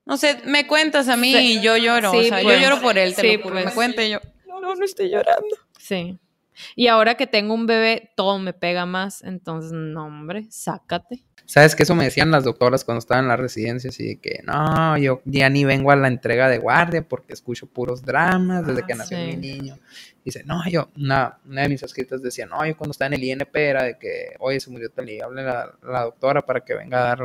[SPEAKER 3] No sé, me cuentas a mí
[SPEAKER 2] Sí.
[SPEAKER 3] y yo lloro.
[SPEAKER 2] Sí,
[SPEAKER 3] o sea,
[SPEAKER 2] pues.
[SPEAKER 3] yo lloro por él, te
[SPEAKER 2] Sí,
[SPEAKER 3] lo juro. Me
[SPEAKER 2] pues.
[SPEAKER 3] cuenta y yo, no, no, no estoy llorando.
[SPEAKER 2] Sí. Y ahora que tengo un bebé, todo me pega más. Entonces, no, hombre, sácate.
[SPEAKER 1] ¿Sabes que Eso me decían las doctoras cuando estaba en las residencias y de que no, yo ya ni vengo a la entrega de guardia porque escucho puros dramas desde
[SPEAKER 2] Ah,
[SPEAKER 1] que nació
[SPEAKER 2] sí.
[SPEAKER 1] mi niño. Dice, no, yo, una, una de mis escritas decía, no, yo cuando estaba en el INP era de que, oye, se murió tal y hable la, la doctora para que venga a dar.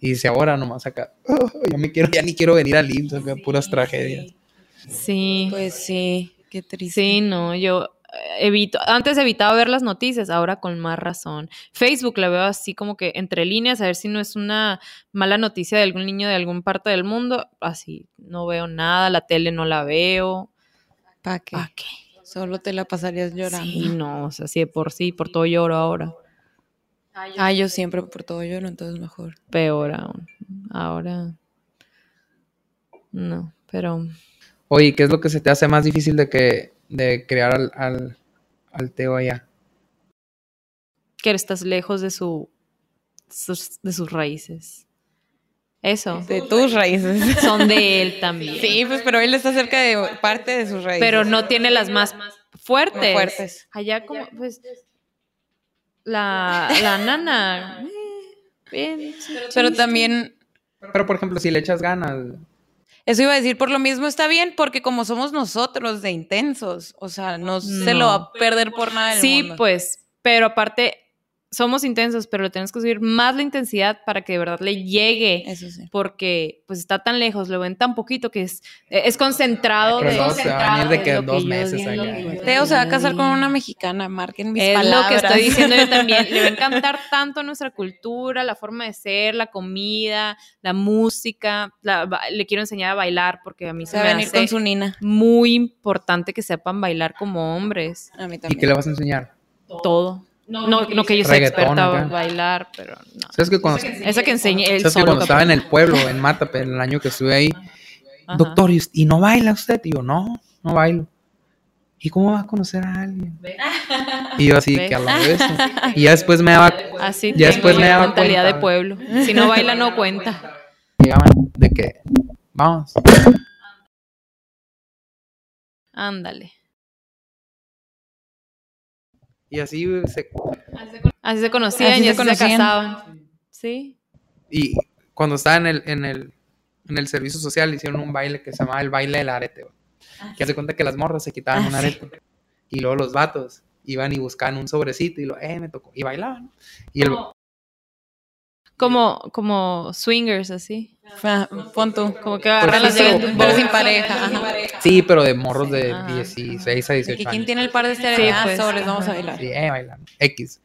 [SPEAKER 1] Y dice, ahora nomás acá, "Oh, yo me quiero, ya ni quiero venir al IMSS, acá, puras tragedias.
[SPEAKER 2] Sí.
[SPEAKER 3] Pues sí, qué triste.
[SPEAKER 2] Sí, no, yo eh, evito, antes evitaba ver las noticias, ahora con más razón. Facebook la veo así como que entre líneas, a ver si no es una mala noticia de algún niño de algún parte del mundo, así, no veo nada, la tele no la veo.
[SPEAKER 3] ¿Para qué?
[SPEAKER 2] ¿Para qué?
[SPEAKER 3] Solo te la pasarías llorando.
[SPEAKER 2] Sí, no, o sea, sí, de por sí, por todo lloro ahora,
[SPEAKER 3] Ah, yo siempre por todo lloro, entonces mejor.
[SPEAKER 2] peor aún, ahora, no, pero
[SPEAKER 1] Oye, ¿qué es lo que se te hace más difícil de que, de crear al, al, al Teo allá?
[SPEAKER 2] que estás lejos de su, sus- de sus raíces. Eso,
[SPEAKER 3] De tus raíces.
[SPEAKER 2] son de él también.
[SPEAKER 3] Sí, pues, pero él está cerca de parte de sus raíces.
[SPEAKER 2] pero no tiene las más fuertes.
[SPEAKER 3] Muy fuertes.
[SPEAKER 2] Allá como, pues, la, la nana. eh, bien, sí.
[SPEAKER 3] Pero también,
[SPEAKER 1] Pero, por ejemplo, si le echas ganas,
[SPEAKER 3] eso iba a decir, por lo mismo está bien, porque como somos nosotros de intensos, o sea, no, se
[SPEAKER 2] No.
[SPEAKER 3] lo va a perder por nada del
[SPEAKER 2] Sí,
[SPEAKER 3] mundo.
[SPEAKER 2] pues, pero aparte, somos intensos, pero le tenemos que subir más la intensidad para que de verdad le llegue.
[SPEAKER 3] Eso sí.
[SPEAKER 2] Porque pues está tan lejos, lo ven tan poquito que es, es concentrado.
[SPEAKER 1] Pero
[SPEAKER 2] de-
[SPEAKER 1] luego se va a venir de que
[SPEAKER 2] es lo
[SPEAKER 1] dos
[SPEAKER 2] yo
[SPEAKER 1] meses
[SPEAKER 2] digo,
[SPEAKER 1] allá.
[SPEAKER 2] es lo que yo
[SPEAKER 3] Teo se va a
[SPEAKER 2] digo.
[SPEAKER 3] casar con una mexicana, marquen mis
[SPEAKER 2] es
[SPEAKER 3] palabras.
[SPEAKER 2] lo que estoy diciendo yo también. Le va a encantar tanto nuestra cultura, la forma de ser, la comida, la música. La ba- le quiero enseñar a bailar porque a mí
[SPEAKER 3] Se
[SPEAKER 2] se
[SPEAKER 3] va
[SPEAKER 2] me
[SPEAKER 3] a venir
[SPEAKER 2] hace
[SPEAKER 3] con su nina.
[SPEAKER 2] muy importante que sepan bailar como hombres.
[SPEAKER 3] A mí
[SPEAKER 1] ¿y qué le
[SPEAKER 3] también.
[SPEAKER 1] vas a enseñar?
[SPEAKER 2] Todo. No, no, que yo sea
[SPEAKER 1] Reggaetón
[SPEAKER 2] experta en
[SPEAKER 1] acá.
[SPEAKER 2] bailar, pero no.
[SPEAKER 1] ¿Sabes que cuando,
[SPEAKER 2] Esa que enseñe él
[SPEAKER 1] ¿sabes que
[SPEAKER 2] solo,
[SPEAKER 1] cuando estaba en
[SPEAKER 2] capaz.
[SPEAKER 1] el pueblo, en Matape, el año que estuve ahí,
[SPEAKER 2] Ajá.
[SPEAKER 1] doctor, ¿y, us- y no baila usted? Y yo, no, no bailo. ¿Y cómo va a conocer a alguien? Y yo así,
[SPEAKER 2] ¿Ves?
[SPEAKER 1] que a la vez. Y ya después me daba,
[SPEAKER 2] Así
[SPEAKER 1] Ya
[SPEAKER 2] tengo
[SPEAKER 1] después
[SPEAKER 2] yo
[SPEAKER 1] me daba
[SPEAKER 2] mentalidad
[SPEAKER 1] cuenta.
[SPEAKER 2] de pueblo. Si no baila, no cuenta.
[SPEAKER 1] llegaban de que, vamos.
[SPEAKER 2] Ándale.
[SPEAKER 1] Y así se
[SPEAKER 2] Así se conocían
[SPEAKER 3] Así
[SPEAKER 2] y
[SPEAKER 3] se
[SPEAKER 2] así se
[SPEAKER 3] conocían.
[SPEAKER 2] casaban. Sí.
[SPEAKER 1] Y cuando estaba en el, en el, en el servicio social, hicieron un baile que se llamaba el baile del arete. güey. Que hace cuenta que las morras se quitaban
[SPEAKER 3] Ah,
[SPEAKER 1] un
[SPEAKER 3] sí.
[SPEAKER 1] arete. Y luego los vatos iban y buscaban un sobrecito y lo, eh, me tocó. Y bailaban. Y el,
[SPEAKER 3] Oh.
[SPEAKER 2] Como, como swingers, así.
[SPEAKER 3] Ah, Pon tú.
[SPEAKER 2] Como que agarran
[SPEAKER 1] Pues
[SPEAKER 2] las
[SPEAKER 1] sí,
[SPEAKER 2] llaves
[SPEAKER 1] pero-
[SPEAKER 2] de un
[SPEAKER 3] Pero
[SPEAKER 2] bowl.
[SPEAKER 3] sin pareja. ajá.
[SPEAKER 1] sí, pero de morros de
[SPEAKER 2] Ajá.
[SPEAKER 1] 16 a
[SPEAKER 3] Que
[SPEAKER 1] 18
[SPEAKER 3] ¿Quién
[SPEAKER 1] años.
[SPEAKER 3] tiene el par de este
[SPEAKER 2] Sí,
[SPEAKER 3] Ah,
[SPEAKER 2] pues.
[SPEAKER 3] sobres, vamos
[SPEAKER 2] Ajá.
[SPEAKER 3] a bailar.
[SPEAKER 1] Sí, eh, bailan. X.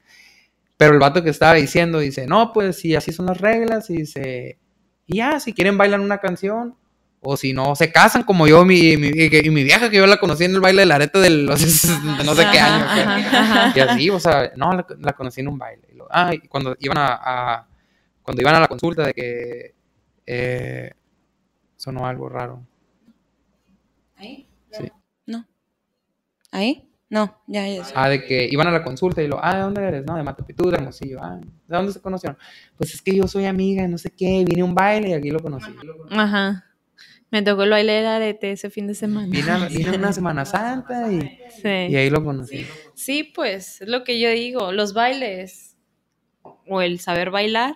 [SPEAKER 1] Pero el vato que estaba diciendo dice, no, pues si así son las reglas, y dice, y ya, si quieren bailan una canción, o si no, se casan como yo mi- mi- y, que- y mi vieja que yo la conocí en el baile del arete de los de no sé qué
[SPEAKER 3] Ajá,
[SPEAKER 1] año. que-
[SPEAKER 3] ajá, ajá.
[SPEAKER 1] Y así, o sea, no, la, la conocí en un baile. Y lo- ah, y cuando iban a, a- cuando iban a la consulta de que eh, sonó algo raro.
[SPEAKER 3] No. ¿Ahí? No, ya, ya.
[SPEAKER 1] Ah, de que iban a la consulta y lo, ah, ¿de dónde eres? No, de Matapitú, de Hermosillo. Ah, ¿de dónde se conocieron? Pues es que yo soy amiga, no sé qué, vine a un baile y aquí lo conocí.
[SPEAKER 2] Ajá. Me tocó el baile del arete ese fin de semana.
[SPEAKER 1] Vine a, vine a una Semana Santa y, y
[SPEAKER 2] Sí.
[SPEAKER 1] ahí lo conocí.
[SPEAKER 2] Sí, pues, es lo que yo digo. Los bailes o el saber bailar,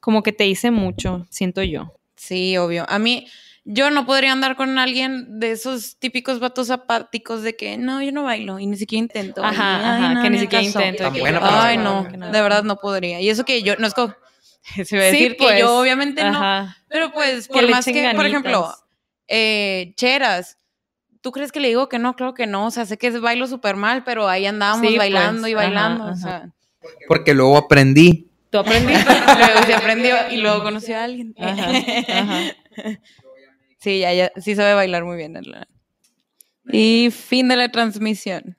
[SPEAKER 2] como que te dice mucho, siento yo.
[SPEAKER 3] Sí, obvio. A mí, yo no podría andar con alguien de esos típicos vatos apáticos de que no, yo no bailo y ni siquiera intento.
[SPEAKER 2] Ajá,
[SPEAKER 3] Y,
[SPEAKER 2] ajá, que ni
[SPEAKER 3] al
[SPEAKER 2] siquiera
[SPEAKER 3] caso.
[SPEAKER 2] intento,
[SPEAKER 1] Tan que- buena para
[SPEAKER 3] Ay,
[SPEAKER 1] bailar.
[SPEAKER 3] no, de verdad no podría. Y eso que yo no es como. Se iba a
[SPEAKER 2] Sí,
[SPEAKER 3] decir
[SPEAKER 2] pues.
[SPEAKER 3] que yo obviamente no.
[SPEAKER 2] Ajá.
[SPEAKER 3] Pero pues,
[SPEAKER 2] Que
[SPEAKER 3] por
[SPEAKER 2] le
[SPEAKER 3] más que,
[SPEAKER 2] echen
[SPEAKER 3] por
[SPEAKER 2] ganitas.
[SPEAKER 3] ejemplo, eh, Cheras, ¿tú crees que le digo que no? Claro que no. O sea, sé que bailo súper mal, pero ahí andábamos
[SPEAKER 2] Sí,
[SPEAKER 3] bailando
[SPEAKER 2] pues,
[SPEAKER 3] y bailando.
[SPEAKER 2] ajá,
[SPEAKER 3] o sea.
[SPEAKER 1] Porque luego aprendí
[SPEAKER 2] Tú aprendiste.
[SPEAKER 3] luego se aprendió y luego conoció a alguien.
[SPEAKER 2] Ajá, ajá.
[SPEAKER 3] Sí, ya, ya, sí sabe bailar muy bien. Alan. Y fin de la transmisión.